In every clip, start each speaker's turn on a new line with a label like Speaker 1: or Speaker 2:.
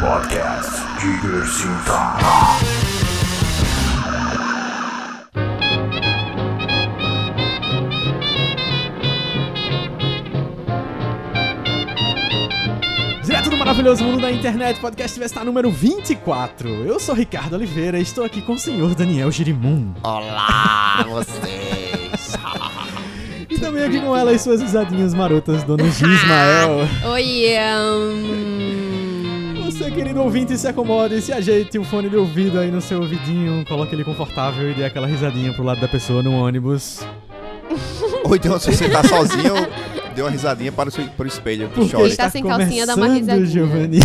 Speaker 1: Podcast Diversão.
Speaker 2: Direto do maravilhoso mundo da internet, podcast está número 24. Eu sou Ricardo Oliveira e estou aqui com o senhor Daniel Girimum.
Speaker 3: Olá, vocês!
Speaker 2: E também aqui com ela e suas risadinhas marotas, dona
Speaker 4: Ah.
Speaker 2: Gismael.
Speaker 4: Oi, hum,
Speaker 2: Você, querido ouvinte, se acomode, se ajeite o fone de ouvido aí no seu ouvidinho, coloque ele confortável e dê aquela risadinha pro lado da pessoa no ônibus.
Speaker 3: Ou então, se você tá sozinho, dê uma risadinha para o, seu, para o espelho, que
Speaker 2: Porque tá
Speaker 3: chore.
Speaker 4: está sem calcinha, dá uma
Speaker 2: começando,
Speaker 4: risadinha.
Speaker 2: Giovanni.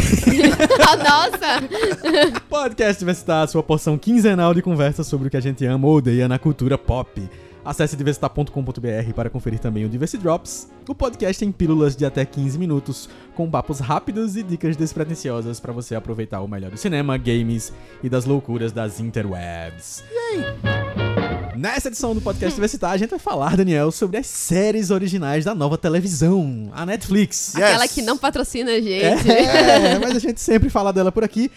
Speaker 4: Ah, Nossa!
Speaker 2: Podcast Diversitar, sua porção quinzenal de conversa sobre o que a gente ama ou odeia na cultura pop. Acesse diversitar.com.br para conferir também o Diversity Drops, o podcast em pílulas de até 15 minutos, com papos rápidos e dicas despretensiosas para você aproveitar o melhor do cinema, games e das loucuras das interwebs. Nessa edição do podcast Diversitar, a gente vai falar, Daniel, sobre as séries originais da nova televisão, a Netflix.
Speaker 3: Yes.
Speaker 4: Aquela que não patrocina a gente.
Speaker 2: É, mas a gente sempre fala dela por aqui.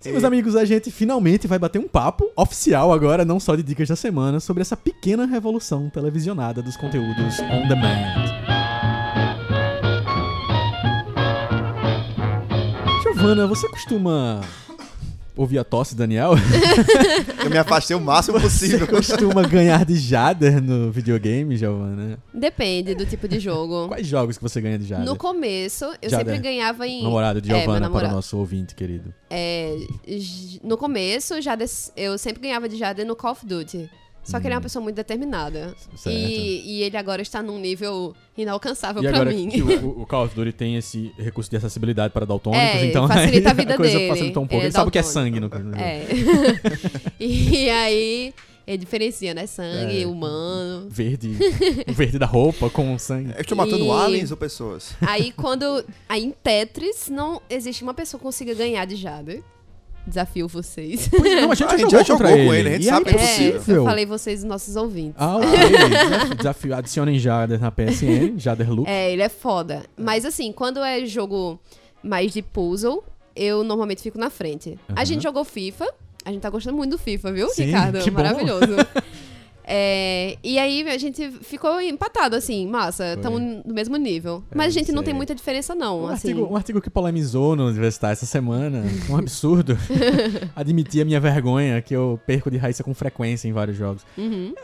Speaker 2: Sim,
Speaker 4: É.
Speaker 2: meus amigos, a gente finalmente vai bater um papo oficial agora, não só de dicas da semana, sobre essa pequena revolução televisionada dos conteúdos on demand. Giovana, você costuma ouvir a tosse, Daniel?
Speaker 3: Eu me afastei o máximo
Speaker 2: Você
Speaker 3: possível.
Speaker 2: costuma ganhar de Jader no videogame, Giovana?
Speaker 4: Depende do tipo de jogo.
Speaker 2: Quais jogos que você ganha de Jader?
Speaker 4: No começo, eu
Speaker 2: Já
Speaker 4: sempre
Speaker 2: deu.
Speaker 4: ganhava em.
Speaker 2: Namorado de
Speaker 4: É, meu
Speaker 2: Giovana para o
Speaker 4: namorado.
Speaker 2: nosso ouvinte, querido.
Speaker 4: É, j- no começo, já des- eu sempre ganhava de Jaden no Call of Duty. Só que ele é uma pessoa muito determinada.
Speaker 2: Hum. Certo.
Speaker 4: E, e ele agora está num nível inalcançável
Speaker 2: E
Speaker 4: pra
Speaker 2: agora é
Speaker 4: mim.
Speaker 2: que o, o Call of Duty tem esse recurso de acessibilidade para daltônicos,
Speaker 4: É,
Speaker 2: então
Speaker 4: facilita
Speaker 2: aí
Speaker 4: a vida
Speaker 2: coisa
Speaker 4: dele.
Speaker 2: facilitou um pouco.
Speaker 4: Ele é
Speaker 2: Ele sabe o que é
Speaker 4: daltônico.
Speaker 2: sangue no
Speaker 4: É. e aí, ele diferencia, né? Sangue,
Speaker 2: É.
Speaker 4: humano.
Speaker 2: verde, o verde da roupa com o sangue.
Speaker 3: Eu estou matando
Speaker 4: E-
Speaker 3: aliens ou pessoas?
Speaker 4: Aí quando. Aí em Tetris não existe uma pessoa que consiga ganhar de Jader. Desafio vocês.
Speaker 2: Não, a gente,
Speaker 3: já jogou
Speaker 2: contra
Speaker 3: com ele, a gente
Speaker 2: E é
Speaker 3: sabe que é possível.
Speaker 2: impossível.
Speaker 4: eu falei vocês e nossos ouvintes.
Speaker 2: Ah, ok. Desafio, adicionem Jader na PSN, Jader Loop.
Speaker 4: É, ele é foda. Mas assim, quando é jogo mais de puzzle, eu normalmente fico na frente. A gente jogou FIFA. A gente tá gostando muito do FIFA, viu,
Speaker 2: Sim,
Speaker 4: Ricardo?
Speaker 2: que bom.
Speaker 4: Maravilhoso. É, e aí a gente ficou empatado, assim, massa,
Speaker 2: Foi. É,
Speaker 4: estamos no mesmo nível. Mas a gente não
Speaker 2: sei.
Speaker 4: tem muita diferença, não.
Speaker 2: Um
Speaker 4: assim.
Speaker 2: artigo, um artigo que polemizou no Universitário essa semana, um absurdo. Admiti a minha vergonha que eu perco de Raíssa com frequência em vários jogos. É,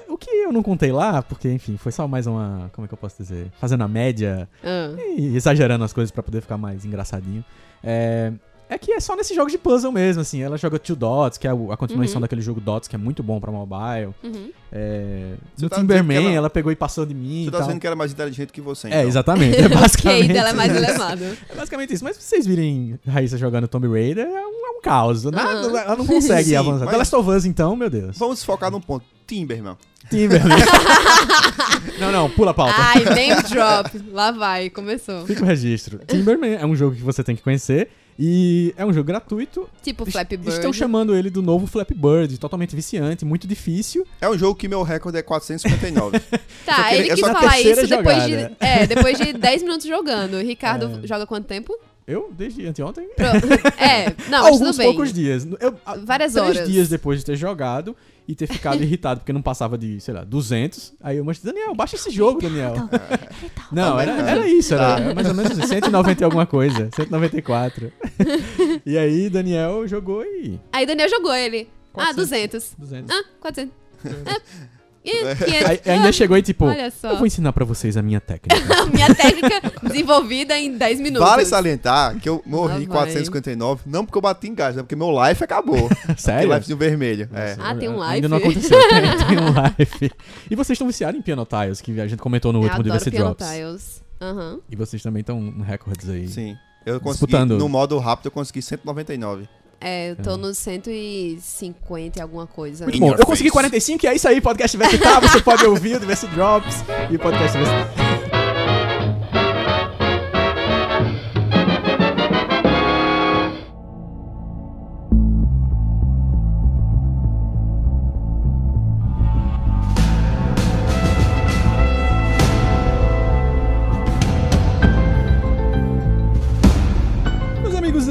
Speaker 2: O que eu não contei lá, porque, enfim, foi só mais uma. Como é que eu posso dizer? Fazendo a média
Speaker 4: Ah.
Speaker 2: e exagerando as coisas pra poder ficar mais engraçadinho. É, é que é só nesse jogo de puzzle mesmo, assim. Ela joga Two Dots, que é o- a continuação daquele jogo Dots, que é muito bom pra mobile.
Speaker 4: Uhum.
Speaker 2: É, no
Speaker 3: tá
Speaker 2: Timberman,
Speaker 3: dizendo que
Speaker 2: ela...
Speaker 3: ela-
Speaker 2: pegou e passou de mim
Speaker 3: Você
Speaker 2: e
Speaker 3: tá
Speaker 2: tal.
Speaker 3: dizendo que era mais inteligente que você, então.
Speaker 2: Então. É, exatamente. É basicamente,
Speaker 4: Ok, dela é mais elevado.
Speaker 2: é basicamente isso. Mas se vocês virem Raíssa jogando Tomb Raider, é um, é um caos. Nada- Ela não consegue
Speaker 3: Sim,
Speaker 2: avançar.
Speaker 3: mas-
Speaker 2: The Last of Us, então, meu Deus.
Speaker 3: Vamos focar num ponto. Timber, irmão.
Speaker 2: Timberman. não, não, pula a pauta.
Speaker 4: Ai, name drop. Lá vai, começou.
Speaker 2: Fica o registro. Timberman é um jogo que você tem que conhecer. E é um jogo gratuito.
Speaker 4: Tipo
Speaker 2: Est-
Speaker 4: Flappy Bird.
Speaker 2: Estão chamando ele do novo Flappy Bird, totalmente viciante, muito difícil.
Speaker 3: É um jogo que meu recorde é 459.
Speaker 4: Tá,
Speaker 3: queria-
Speaker 4: ele
Speaker 3: eu
Speaker 4: quis
Speaker 3: só-
Speaker 2: na
Speaker 4: falar
Speaker 2: é terceira
Speaker 4: isso depois de,
Speaker 2: jogada. É.
Speaker 4: é, depois de 10 minutos jogando. O Ricardo joga quanto tempo?
Speaker 2: Eu, desde anteontem,
Speaker 4: Pro- É, não, mas
Speaker 2: alguns
Speaker 4: tudo bem.
Speaker 2: poucos dias. Eu, a-
Speaker 4: Várias
Speaker 2: três
Speaker 4: horas.
Speaker 2: dias depois de ter jogado e ter ficado irritado porque não passava de, sei lá, 200. Aí eu mostrei, Daniel, baixa esse jogo, Daniel. Não,
Speaker 4: Tá
Speaker 2: era, era isso, era, era mais ou menos assim, 190 e alguma coisa, 194. E aí Daniel jogou e
Speaker 4: Aí Daniel jogou ele. Ah,
Speaker 2: 400.
Speaker 4: 200.
Speaker 2: 200.
Speaker 4: Ah, 400. Ah, e 500.
Speaker 2: Aí, ainda chegou e tipo,
Speaker 4: Olha só.
Speaker 2: eu vou ensinar pra vocês a minha técnica.
Speaker 4: Ah, Minha técnica desenvolvida em 10 minutos.
Speaker 3: Vale salientar que eu morri
Speaker 4: Lá vai.
Speaker 3: em 459, não porque eu bati em gás, é porque meu life acabou.
Speaker 2: Sério?
Speaker 3: Aquele lifezinho vermelho. É.
Speaker 4: um- Ah, tem um live.
Speaker 2: Ainda não aconteceu, tem, tem um live. E vocês estão viciados em Piano Tiles, que a gente comentou no
Speaker 4: Eu
Speaker 2: último
Speaker 4: adoro
Speaker 2: Diversity
Speaker 4: piano
Speaker 2: Drops.
Speaker 4: tiles. Aham.
Speaker 2: E vocês também estão em recordes aí.
Speaker 3: Sim. Eu consegui,
Speaker 2: Disputando.
Speaker 3: no modo rápido, eu consegui 199.
Speaker 4: É, eu tô nos 150 e alguma coisa.
Speaker 2: Muito bom.
Speaker 3: your
Speaker 2: Eu consegui
Speaker 3: face.
Speaker 2: 45 e é isso aí, podcast Diversitar. Você pode ouvir o Diversity Drops e o podcast Diversitar.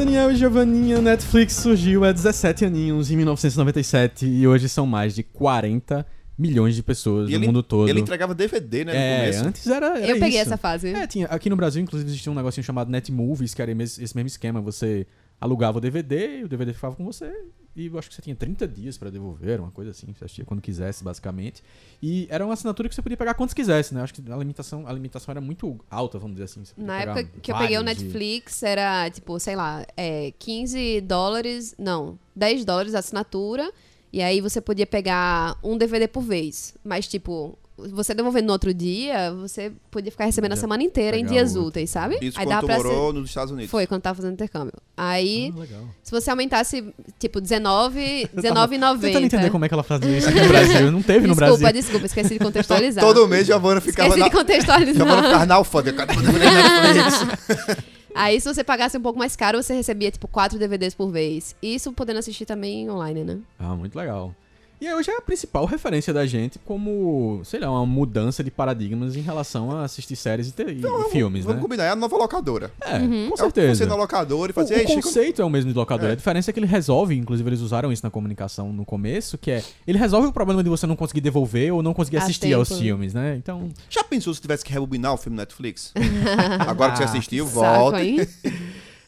Speaker 2: Então, Giovaninha, Netflix surgiu há 17 aninhos, em 1997, e hoje são mais de 40 milhões de pessoas
Speaker 3: E
Speaker 2: no mundo todo.
Speaker 3: Ele entregava DVD, né? No
Speaker 2: é,
Speaker 3: começo.
Speaker 2: antes era, era
Speaker 4: eu peguei
Speaker 2: isso.
Speaker 4: essa fase.
Speaker 2: É, tinha, aqui no Brasil, inclusive, existia um negocinho chamado Netmovies, que era mes- esse mesmo esquema. Você alugava o DVD e o DVD ficava com você. E eu acho que você tinha 30 dias pra devolver, uma coisa assim. Você assistia quando quisesse, basicamente. E era uma assinatura que você podia pegar quantos quisesse, né? Acho que a limitação, a limitação era muito alta, vamos dizer assim. Você podia
Speaker 4: Na
Speaker 2: pegar
Speaker 4: época que eu peguei o
Speaker 2: vários e-
Speaker 4: Netflix, era tipo, sei lá, é, 15 dólares, não, 10 dólares a assinatura, e aí você podia pegar um DVD por vez. Mas, tipo, você devolvendo no outro dia, você podia ficar recebendo a
Speaker 2: Podia
Speaker 4: semana inteira em
Speaker 2: pegar
Speaker 4: dias
Speaker 2: outro.
Speaker 4: úteis, sabe?
Speaker 3: Isso
Speaker 4: aí
Speaker 3: quando tu
Speaker 4: ser-
Speaker 3: morou nos Estados Unidos.
Speaker 4: Foi, quando tava fazendo intercâmbio. Aí,
Speaker 2: Ah, legal.
Speaker 4: se você aumentasse, tipo, 19,
Speaker 2: Tentando entender
Speaker 4: 19,90.
Speaker 2: como é que ela fazia isso aqui no Brasil. Não teve no
Speaker 4: Desculpa,
Speaker 2: Brasil.
Speaker 4: desculpa, esqueci de
Speaker 3: To-
Speaker 4: contextualizar.
Speaker 3: Todo mês Giovana ficava
Speaker 4: Esqueci
Speaker 3: na...
Speaker 4: de contextualizar.
Speaker 3: Giovana ficava na alfândega. Cadê o DVD Netflix?
Speaker 4: Aí, se você pagasse um pouco mais caro, você recebia, tipo, quatro DVDs por vez. Isso podendo assistir também online, né?
Speaker 2: Ah, muito legal. E aí hoje é a principal referência da gente como, sei lá, uma mudança de paradigmas em relação a assistir séries e, te- e filmes,
Speaker 3: Vamos
Speaker 2: né?
Speaker 3: combinar, é a nova locadora.
Speaker 2: É, com
Speaker 3: É o que Você
Speaker 2: certeza.
Speaker 3: na locadora assim, e um-
Speaker 2: O,
Speaker 3: fazer...
Speaker 2: o conceito é o mesmo de locadora. A diferença é que ele resolve, inclusive eles usaram isso na comunicação no começo, que é ele resolve o problema de você não conseguir devolver ou não conseguir
Speaker 4: A
Speaker 2: assistir
Speaker 4: tempo.
Speaker 2: aos filmes, né? Então,
Speaker 3: Já pensou se tivesse que rebobinar o filme Netflix? Agora que
Speaker 2: Ah,
Speaker 3: você assistiu,
Speaker 4: Saco,
Speaker 3: volta.
Speaker 4: hein?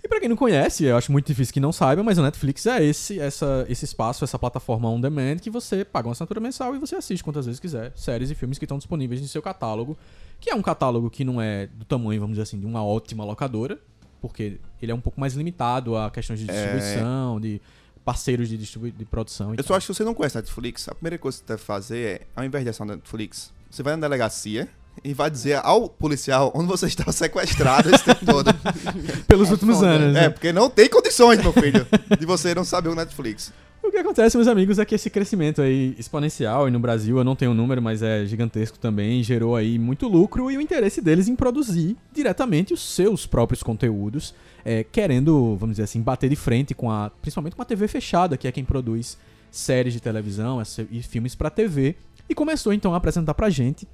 Speaker 2: e pra quem não conhece, eu acho muito difícil que não saiba, mas o Netflix é esse essa esse espaço, essa plataforma on demand que você paga uma assinatura mensal e você assiste quantas vezes quiser séries e filmes que estão disponíveis no seu catálogo, que é um catálogo que não é do tamanho, vamos dizer assim, de uma ótima locadora, porque ele é um pouco mais limitado a questões
Speaker 3: É.
Speaker 2: de distribuição, de parceiros de, distribu de produção. e
Speaker 3: Eu
Speaker 2: tal.
Speaker 3: só acho que se você não conhece Netflix, a primeira coisa que você deve fazer é, ao invés de assinar Netflix, você vai na delegacia e vai dizer ao policial onde você está sequestrado esse tempo todo.
Speaker 2: pelos últimos
Speaker 4: foda.
Speaker 2: anos. né?
Speaker 3: É, porque não tem condições, meu filho, de você não saber o Netflix.
Speaker 2: O que acontece, meus amigos, é que esse crescimento aí exponencial, e no Brasil eu não tenho o número, mas é gigantesco também, gerou aí muito lucro e o interesse deles em produzir diretamente os seus próprios conteúdos, é, querendo, vamos dizer assim, bater de frente com a, principalmente com a TV fechada, que é quem produz séries de televisão essa- e filmes pra TV, e começou então a apresentar pra gente,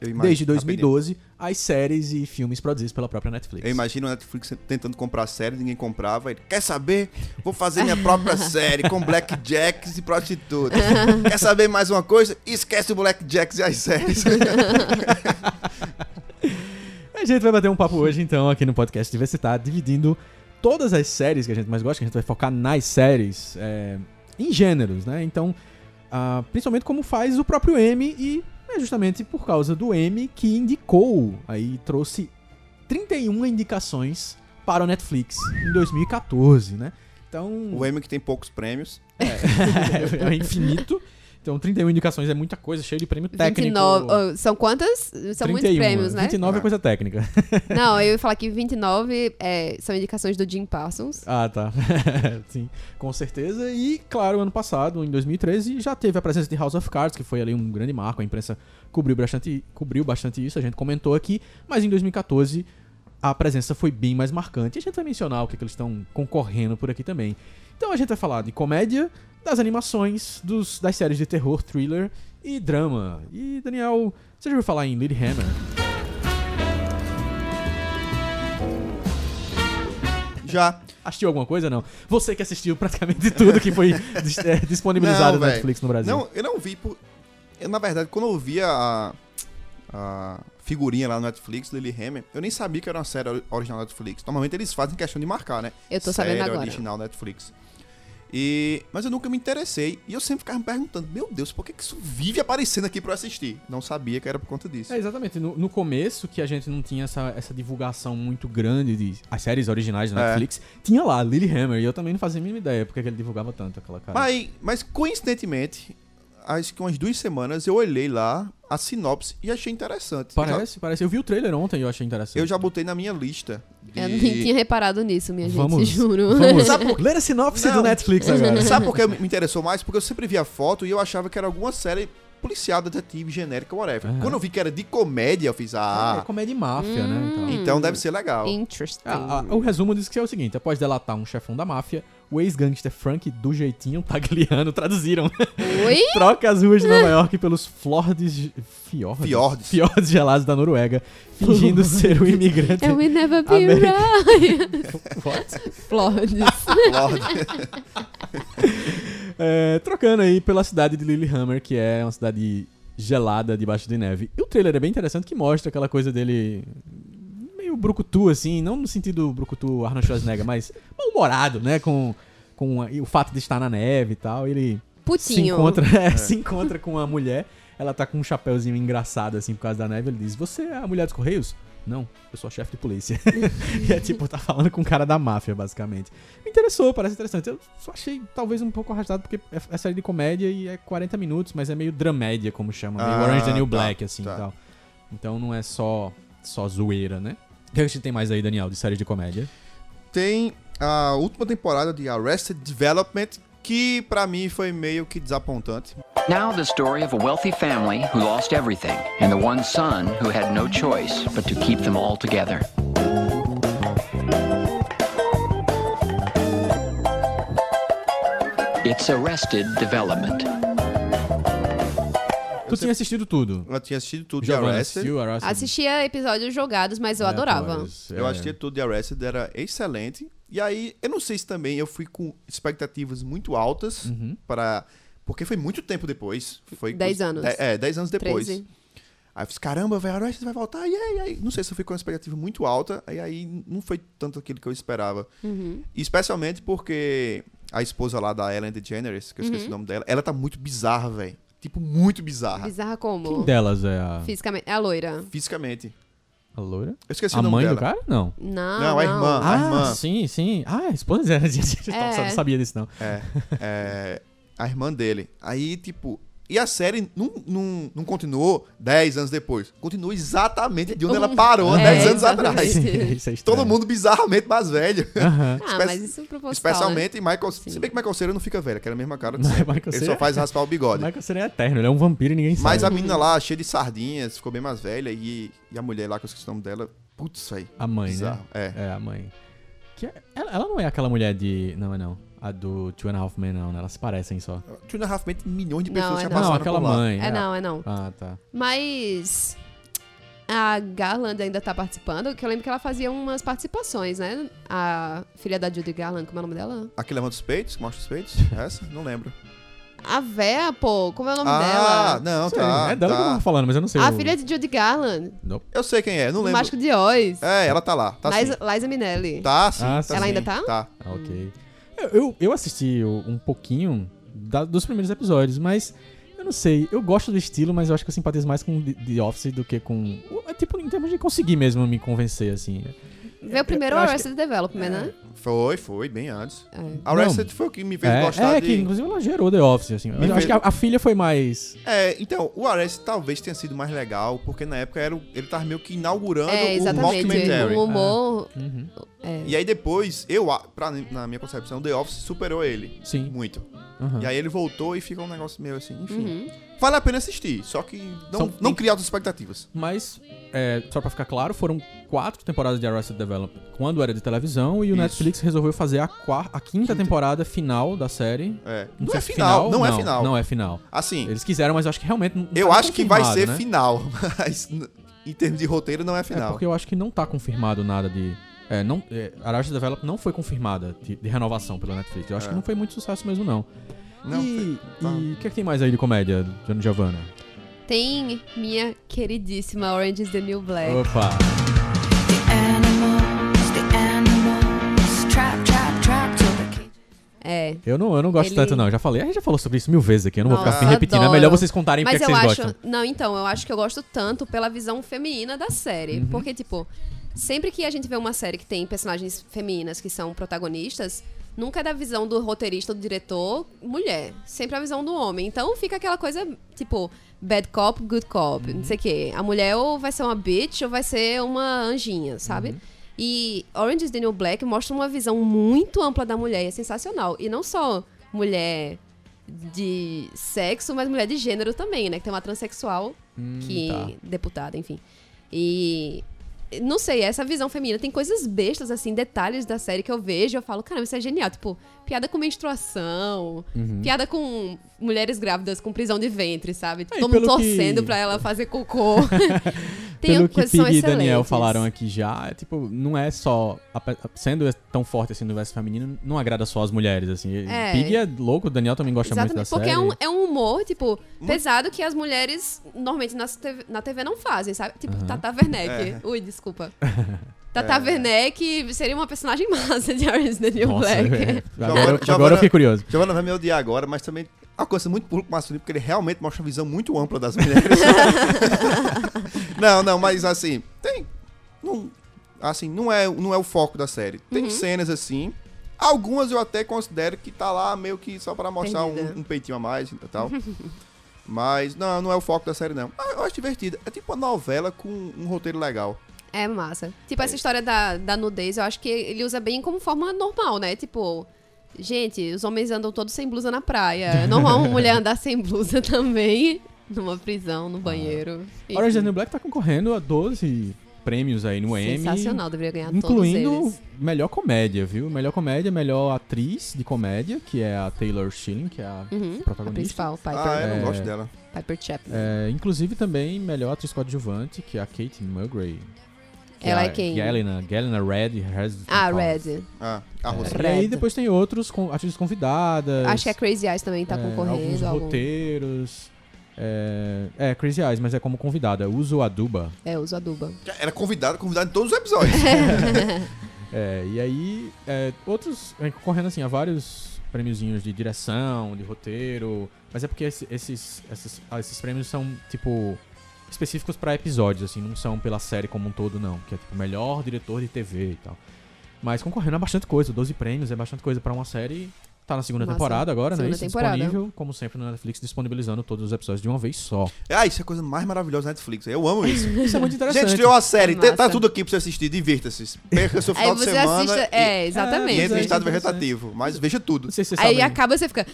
Speaker 3: Eu imagino-
Speaker 2: desde
Speaker 3: rapidinho.
Speaker 2: 2012, as séries e filmes produzidos pela própria Netflix.
Speaker 3: Eu imagino o Netflix tentando comprar série, ninguém comprava. Ele, quer saber? Vou fazer minha própria série com blackjacks e prostitutas. quer saber mais uma coisa? Esquece o blackjacks e as séries.
Speaker 2: A gente vai bater um papo hoje, então, aqui no podcast Diversidade, dividindo todas as séries que a gente mais gosta, que a gente vai focar nas séries, é, em gêneros, né? Então, ah, principalmente como faz o próprio M, e é justamente por causa do M que indicou, aí trouxe 31 indicações para o Netflix em 2014, né? Então,
Speaker 3: o M que tem poucos prêmios.
Speaker 2: é, é infinito. Então, 31 indicações é muita coisa, cheio de prêmio técnico.
Speaker 4: 29. oh, são quantas? São muitos
Speaker 2: 31,
Speaker 4: prêmios, né?
Speaker 2: 29 é coisa técnica.
Speaker 4: Não, eu ia falar que 29 é, são indicações do Jim Parsons.
Speaker 2: Ah, tá. Sim, com certeza. E, claro, ano passado, em 2013, já teve a presença de House of Cards, que foi ali um grande marco. A imprensa cobriu bastante, cobriu bastante isso, a gente comentou aqui. Mas em 2014, a presença foi bem mais marcante. E a gente vai mencionar o que, que eles estão concorrendo por aqui também. Então a gente vai falar de comédia, das animações, dos, das séries de terror, thriller e drama. E, Daniel, você já ouviu falar em Lilyhammer?
Speaker 3: Já.
Speaker 2: Assistiu alguma coisa não? Você que assistiu praticamente tudo que foi dis- eh, disponibilizado
Speaker 3: Não,
Speaker 2: na
Speaker 3: véi.
Speaker 2: Netflix no Brasil.
Speaker 3: Não, eu não vi por. eu, na verdade, quando eu vi a, a figurinha lá no Netflix, Lily Hammer, eu nem sabia que era uma série ori- original Netflix. Normalmente eles fazem questão de marcar, né?
Speaker 4: Eu tô
Speaker 3: série
Speaker 4: sabendo agora.
Speaker 3: original Netflix. E, mas eu nunca me interessei. E eu sempre ficava me perguntando: Meu Deus, por que, que isso vive aparecendo aqui pra eu assistir? Não sabia que era por conta disso.
Speaker 2: É, exatamente. No, no começo, que a gente não tinha essa, essa divulgação muito grande de as séries originais da
Speaker 3: É.
Speaker 2: Netflix, tinha lá Lilyhammer, e eu também não fazia a mínima ideia porque que ele divulgava tanto aquela cara.
Speaker 3: Mas, mas coincidentemente, acho que umas duas semanas eu olhei lá a sinopse e achei interessante. Eu já-
Speaker 2: Parece, parece. Eu vi o trailer ontem e eu achei interessante.
Speaker 3: Eu já botei na minha lista. De...
Speaker 4: Eu nem tinha reparado nisso, minha
Speaker 2: Vamos.
Speaker 4: gente, juro.
Speaker 2: Vamos.
Speaker 3: Sabe por-
Speaker 2: Ler a sinopse
Speaker 3: Não.
Speaker 2: do Netflix agora.
Speaker 3: Sabe por que me interessou mais? Porque eu sempre via foto e eu achava que era alguma série policial, detetive, genérica, whatever.
Speaker 2: Aham.
Speaker 3: Quando eu vi que era de comédia, eu fiz,
Speaker 2: É
Speaker 3: ah,
Speaker 2: comédia e máfia,
Speaker 4: Hum.
Speaker 2: né? Então-
Speaker 3: então deve ser legal.
Speaker 4: Interesting.
Speaker 2: Ah, ah, o resumo disso que é o seguinte: após delatar um chefão da máfia, o ex-gangster Frank, do jeitinho tagliano, traduziram.
Speaker 4: Oi?
Speaker 2: Troca as ruas de Nova York pelos flordes. Fiordes?
Speaker 3: Fiordes.
Speaker 2: Fiordes gelados da Noruega, fingindo ser um imigrante.
Speaker 4: And we never be
Speaker 2: América.
Speaker 4: right.
Speaker 2: What?
Speaker 4: Flores.
Speaker 3: Lorde.
Speaker 2: É, trocando aí pela cidade de Lilyhammer, que é uma cidade gelada debaixo de neve. E o trailer é bem interessante que mostra aquela coisa dele meio brucutu, assim, não no sentido brucutu Arnold Schwarzenegger, mas mal-humorado, né? Com, com a- e o fato de estar na neve e tal. Ele se
Speaker 4: Putinho.
Speaker 2: encontra, é, se encontra com uma mulher, ela tá com um chapéuzinho engraçado, assim, por causa da neve. Ele diz: Você é a mulher dos Correios? Não, eu sou a chefe de polícia. e é tipo, tá falando com um cara da máfia, basicamente. Me interessou, parece interessante. Eu só achei talvez um pouco arrastado, porque é, é série de comédia e é 40 minutos, mas é meio dramédia, como chama. Meio
Speaker 3: Ah,
Speaker 2: Orange the New
Speaker 3: tá,
Speaker 2: Black, assim
Speaker 3: tá.
Speaker 2: e tal. Então não é só, só zoeira, né? O que a gente tem mais aí, Daniel, de série de comédia?
Speaker 3: Tem a última temporada de Arrested Development, que pra mim foi meio que desapontante.
Speaker 5: Now, the story of a wealthy family who lost everything and the one son who had no choice but to keep them all together. It's arrested development.
Speaker 2: tu tinha assistido tudo.
Speaker 3: Eu tinha assistido tudo de
Speaker 2: Giovanna,
Speaker 3: Arrested.
Speaker 2: assistiu Arrested?
Speaker 4: Assistia episódios jogados, mas eu
Speaker 2: É,
Speaker 4: adorava.
Speaker 2: pois,
Speaker 3: Eu
Speaker 2: é.
Speaker 3: achei tudo de Arrested, era excelente. E aí, eu não sei se também eu fui com expectativas muito altas
Speaker 2: Uhum.
Speaker 3: para porque foi muito tempo depois, foi
Speaker 4: Dez
Speaker 3: com-
Speaker 4: anos.
Speaker 3: de- É, 10 anos depois.
Speaker 4: 13.
Speaker 3: Aí eu fiz, caramba, velho, Arrested vai voltar. E aí, e aí, não sei se eu fui com uma expectativa muito alta, e aí não foi tanto aquilo que eu esperava. Especialmente porque a esposa lá da Ellen DeGeneres, que eu esqueci o nome dela, ela tá muito bizarra, velho. Tipo, muito bizarra.
Speaker 4: Bizarra
Speaker 2: Quem
Speaker 4: como?
Speaker 2: delas é a,
Speaker 4: Fisicamente. É a loira.
Speaker 3: Fisicamente.
Speaker 2: a loira?
Speaker 3: Eu esqueci
Speaker 2: a
Speaker 3: o nome
Speaker 2: mãe
Speaker 3: dela.
Speaker 2: do cara? Não.
Speaker 4: Não,
Speaker 3: Não, a irmã.
Speaker 2: Ah,
Speaker 3: irmã.
Speaker 2: sim, sim. Ah, a esposa dela.
Speaker 4: É.
Speaker 2: Eu não sabia disso, não.
Speaker 3: É, é, a irmã dele. Aí, tipo. E a série não, não, não continuou 10 anos depois. Continuou exatamente de onde ela parou
Speaker 4: É,
Speaker 3: 10 anos
Speaker 4: exatamente.
Speaker 3: atrás.
Speaker 2: Isso é
Speaker 3: Todo
Speaker 2: estranho.
Speaker 3: mundo bizarramente mais velho.
Speaker 2: Aham.
Speaker 4: Ah,
Speaker 3: Espe-
Speaker 4: mas isso é proposital.
Speaker 3: Especialmente Michael. Se
Speaker 4: Sim.
Speaker 3: bem que Michael Cera não fica velho, aquela mesma cara de
Speaker 2: Não, é
Speaker 3: sempre.
Speaker 2: Michael
Speaker 3: Ele
Speaker 2: Cera-
Speaker 3: só faz raspar o
Speaker 2: O
Speaker 3: bigode.
Speaker 2: Michael seria eterno, ele é um vampiro e ninguém sabe.
Speaker 3: Mas a menina lá, cheia de sardinhas, ficou bem mais velha. E, e a mulher lá, que eu esqueci o nome dela, putz, aí.
Speaker 2: A mãe,
Speaker 3: Bizarro,
Speaker 2: né? É. a mãe. Que é- ela, ela não é aquela mulher de... Não, é não. A do Two and a Half Men, não. né? Elas se parecem só.
Speaker 3: Two and a Half Men tem milhões de
Speaker 4: Não,
Speaker 3: pessoas
Speaker 4: é
Speaker 3: já
Speaker 4: não.
Speaker 2: Não,
Speaker 3: passaram
Speaker 2: aquela
Speaker 3: por lá.
Speaker 2: mãe.
Speaker 4: É não, é não.
Speaker 2: Ah, tá.
Speaker 4: Mas a Garland ainda tá participando, que eu lembro que ela fazia umas participações, né? A filha da Judy Garland, como é o nome dela?
Speaker 3: Aquele levanta os peitos, que mostra os peitos. Essa? Não lembro.
Speaker 4: A Vera, pô, como é o nome
Speaker 3: Ah,
Speaker 4: dela?
Speaker 3: não,
Speaker 2: Sei,
Speaker 3: tá.
Speaker 2: é dela
Speaker 3: tá.
Speaker 2: que eu tava falando, mas eu não sei.
Speaker 4: A
Speaker 2: o-
Speaker 4: filha de Judy Garland,
Speaker 2: Nope.
Speaker 3: Eu sei quem é, não
Speaker 4: do
Speaker 3: lembro.
Speaker 4: Mágico de Oz.
Speaker 3: É, ela tá lá. Tá
Speaker 4: Liza,
Speaker 3: sim.
Speaker 4: Liza Minelli.
Speaker 3: Tá sim.
Speaker 2: Ah, sim.
Speaker 4: Ela ainda
Speaker 3: sim,
Speaker 4: tá?
Speaker 3: Tá.
Speaker 2: Ah, ok. Eu, eu, eu assisti o- um pouquinho da- dos primeiros episódios, mas eu não sei. Eu gosto do estilo, mas eu acho que eu simpatizo mais com The- The Office do que com. o- é Tipo, em termos de conseguir mesmo me convencer, assim.
Speaker 4: Veio primeiro
Speaker 2: eu
Speaker 4: o
Speaker 2: acho
Speaker 4: Arrested Development, né?
Speaker 3: Foi, foi, bem antes.
Speaker 4: É.
Speaker 3: A Arrested foi o que me fez
Speaker 2: é,
Speaker 3: gostar
Speaker 2: é
Speaker 3: de...
Speaker 2: que inclusive ela gerou The Office, assim. Eu
Speaker 3: Me
Speaker 2: acho
Speaker 3: fez-
Speaker 2: que a, a filha foi mais.
Speaker 3: É, então, o Arrested talvez tenha sido mais legal, porque na época era, o- ele tava meio que inaugurando
Speaker 4: É,
Speaker 3: o
Speaker 4: exatamente.
Speaker 3: mockumentary.
Speaker 2: um
Speaker 4: O humor.
Speaker 2: Uhum.
Speaker 4: É.
Speaker 3: E aí depois, eu, a- pra, na minha concepção, The Office superou ele.
Speaker 2: Sim.
Speaker 3: Muito.
Speaker 2: Aham.
Speaker 3: E aí ele voltou e fica um negócio meio assim, enfim.
Speaker 4: Uhum.
Speaker 3: Vale a pena assistir, só que não,
Speaker 2: São-
Speaker 3: não criar outras expectativas.
Speaker 2: Mas, é, só pra ficar claro, foram quatro temporadas de Arrested Development quando era de televisão e o
Speaker 3: Isso.
Speaker 2: Netflix resolveu fazer a, quar- a quinta temporada final da série.
Speaker 3: É. Não,
Speaker 2: sei
Speaker 3: é
Speaker 2: se
Speaker 3: final, não, é final.
Speaker 2: Não é final.
Speaker 3: Assim,
Speaker 2: Eles quiseram, mas eu acho que realmente. não tá
Speaker 3: Eu
Speaker 2: nem
Speaker 3: acho que vai
Speaker 2: confirmado,
Speaker 3: ser
Speaker 2: né?
Speaker 3: final, mas n- em termos de roteiro não é
Speaker 2: É
Speaker 3: final.
Speaker 2: porque eu acho que não tá confirmado nada de. É, não, é, Arrested Development não foi confirmada de, de renovação pela Netflix. Eu acho que não foi muito sucesso mesmo, não.
Speaker 3: É. Não,
Speaker 2: e
Speaker 3: foi- tá.
Speaker 2: e o que, é que tem mais aí de comédia, Johnny Giovanna?
Speaker 4: Tem minha queridíssima Orange is the New Black.
Speaker 2: Opa!
Speaker 6: animals, the animals, trap, trap, trap till the cage.
Speaker 4: É.
Speaker 2: Eu não, eu não gosto
Speaker 4: Ele-
Speaker 2: tanto, não. Eu Já falei, a gente já falou sobre isso mil vezes aqui. Eu não vou
Speaker 4: Nossa,
Speaker 2: ficar me repetindo. É
Speaker 4: adoro.
Speaker 2: melhor vocês contarem porque
Speaker 4: Mas
Speaker 2: que
Speaker 4: eu
Speaker 2: vocês
Speaker 4: acho.
Speaker 2: gostam.
Speaker 4: Não, então, eu acho que eu gosto tanto pela visão feminina da série.
Speaker 2: Uhum.
Speaker 4: Porque, tipo, sempre que a gente vê uma série que tem personagens femininas que são protagonistas, nunca é da visão do roteirista ou do diretor mulher. Sempre é a visão do homem. Então fica aquela coisa, tipo, bad cop, good cop, não
Speaker 2: Uhum.
Speaker 4: sei o quê. A mulher ou vai ser uma bitch ou vai ser uma anjinha, sabe?
Speaker 2: Uhum.
Speaker 4: E Orange is the New Black mostra uma visão muito ampla da mulher, e é sensacional. E não só mulher de sexo, mas mulher de gênero também, né? Que tem uma transexual que
Speaker 2: tá.
Speaker 4: deputada, enfim. E não sei, essa visão feminina tem coisas bestas assim, detalhes da série que eu vejo, e eu falo, caramba, isso é genial, tipo, piada com menstruação,
Speaker 2: Uhum.
Speaker 4: piada com mulheres grávidas com prisão de ventre, sabe?
Speaker 2: É, e
Speaker 4: Todo mundo
Speaker 2: pelo que-
Speaker 4: torcendo pra ela fazer cocô. Tem
Speaker 2: Pelo que
Speaker 4: coisas que são
Speaker 2: Pig e
Speaker 4: excelentes.
Speaker 2: Daniel falaram aqui já, é tipo, não é só. ape- Sendo tão forte assim no universo feminino, não agrada só as mulheres, assim.
Speaker 4: É.
Speaker 2: Pig é louco, o Daniel também gosta
Speaker 4: Exatamente,
Speaker 2: muito da
Speaker 4: porque
Speaker 2: série.
Speaker 4: é um, é um humor, tipo, pesado que as mulheres normalmente nas TV na TV não fazem, sabe? Tipo, Tata Werneck.
Speaker 3: É.
Speaker 4: Ui, desculpa.
Speaker 2: É.
Speaker 4: Tata Werneck seria uma personagem massa de Orange is the New
Speaker 2: Nossa,
Speaker 4: Black.
Speaker 2: é. agora,
Speaker 3: Giovanna-
Speaker 2: agora eu fiquei curioso.
Speaker 3: Giovanna vai me odiar agora, mas também alcança muito público masculino, porque ele realmente mostra uma visão muito ampla das mulheres. não, não, mas assim, tem. Não, assim, não é, não é o foco da série.
Speaker 2: Uhum.
Speaker 3: Tem cenas assim. Algumas eu até considero que tá lá meio que só pra mostrar
Speaker 4: Perdida.
Speaker 3: um, um peitinho a mais e tal. Mas não, não é o foco da série, não. Ah, Eu acho divertido. É tipo uma novela com um roteiro legal.
Speaker 4: É massa. Tipo, essa história da, da nudez, eu acho que ele usa bem como forma normal, né? Tipo, gente, os homens andam todos sem blusa na praia. É normal uma mulher andar sem blusa também numa prisão, no banheiro.
Speaker 2: Ah. Orange is the
Speaker 4: Enfim,
Speaker 2: New Black tá concorrendo a 12 prêmios aí no Emmy.
Speaker 4: Sensacional, deveria ganhar todos
Speaker 2: Incluindo
Speaker 4: eles.
Speaker 2: melhor comédia, viu? Melhor comédia, melhor atriz de comédia, que é a Taylor Schilling, que é a
Speaker 4: Uhum, a
Speaker 2: protagonista.
Speaker 4: principal, Piper,
Speaker 3: Ah, eu
Speaker 2: É.
Speaker 3: não gosto dela.
Speaker 4: Piper Chapman.
Speaker 2: É, inclusive também melhor atriz coadjuvante, que é a Kate Mulgrew. que
Speaker 4: Ela
Speaker 2: a
Speaker 4: é quem?
Speaker 2: Galena, Galena Red. Harris-
Speaker 4: Ah,
Speaker 2: Fala.
Speaker 4: Red.
Speaker 3: Ah, a Rosa.
Speaker 2: E aí
Speaker 4: Red.
Speaker 2: depois tem outros com, atrizes convidadas.
Speaker 4: Acho que a Crazy Eyes também tá
Speaker 2: é, Alguns
Speaker 4: concorrendo. Algum...
Speaker 2: roteiros. É, é, Crazy Eyes, mas é como convidada. Uso Aduba.
Speaker 4: É, uso aduba.
Speaker 3: Era convidada, convidada em todos os episódios.
Speaker 2: É, e aí, é, outros é, concorrendo assim a vários prêmiozinhos de direção, de roteiro, mas é porque esse- esses, esses, ah, esses prêmios são, tipo, específicos pra episódios, assim, não são pela série como um todo, não, que é, tipo, melhor diretor de TV e tal. Mas concorrendo a bastante coisa, 12 prêmios é bastante coisa pra uma série. Tá na segunda
Speaker 4: Massa.
Speaker 2: temporada agora, né?
Speaker 4: Segunda
Speaker 2: Isso
Speaker 4: temporada.
Speaker 2: disponível, como sempre, na Netflix, disponibilizando todos os episódios de uma vez só.
Speaker 3: Ah, isso é a coisa mais maravilhosa da Netflix. Eu amo isso.
Speaker 2: Isso é muito interessante.
Speaker 3: Gente, estreou a série.
Speaker 4: É
Speaker 3: tá- tá
Speaker 4: massa.
Speaker 3: tudo aqui pra você assistir. Divirta-se. Perca seu
Speaker 4: Aí
Speaker 3: final de
Speaker 4: você
Speaker 3: semana.
Speaker 4: assiste. É, exatamente.
Speaker 3: E entra
Speaker 2: é
Speaker 3: em estado
Speaker 2: interessante.
Speaker 3: vegetativo. Mas veja tudo.
Speaker 2: Não sei se vocês
Speaker 4: Aí
Speaker 2: sabem.
Speaker 4: acaba você fica.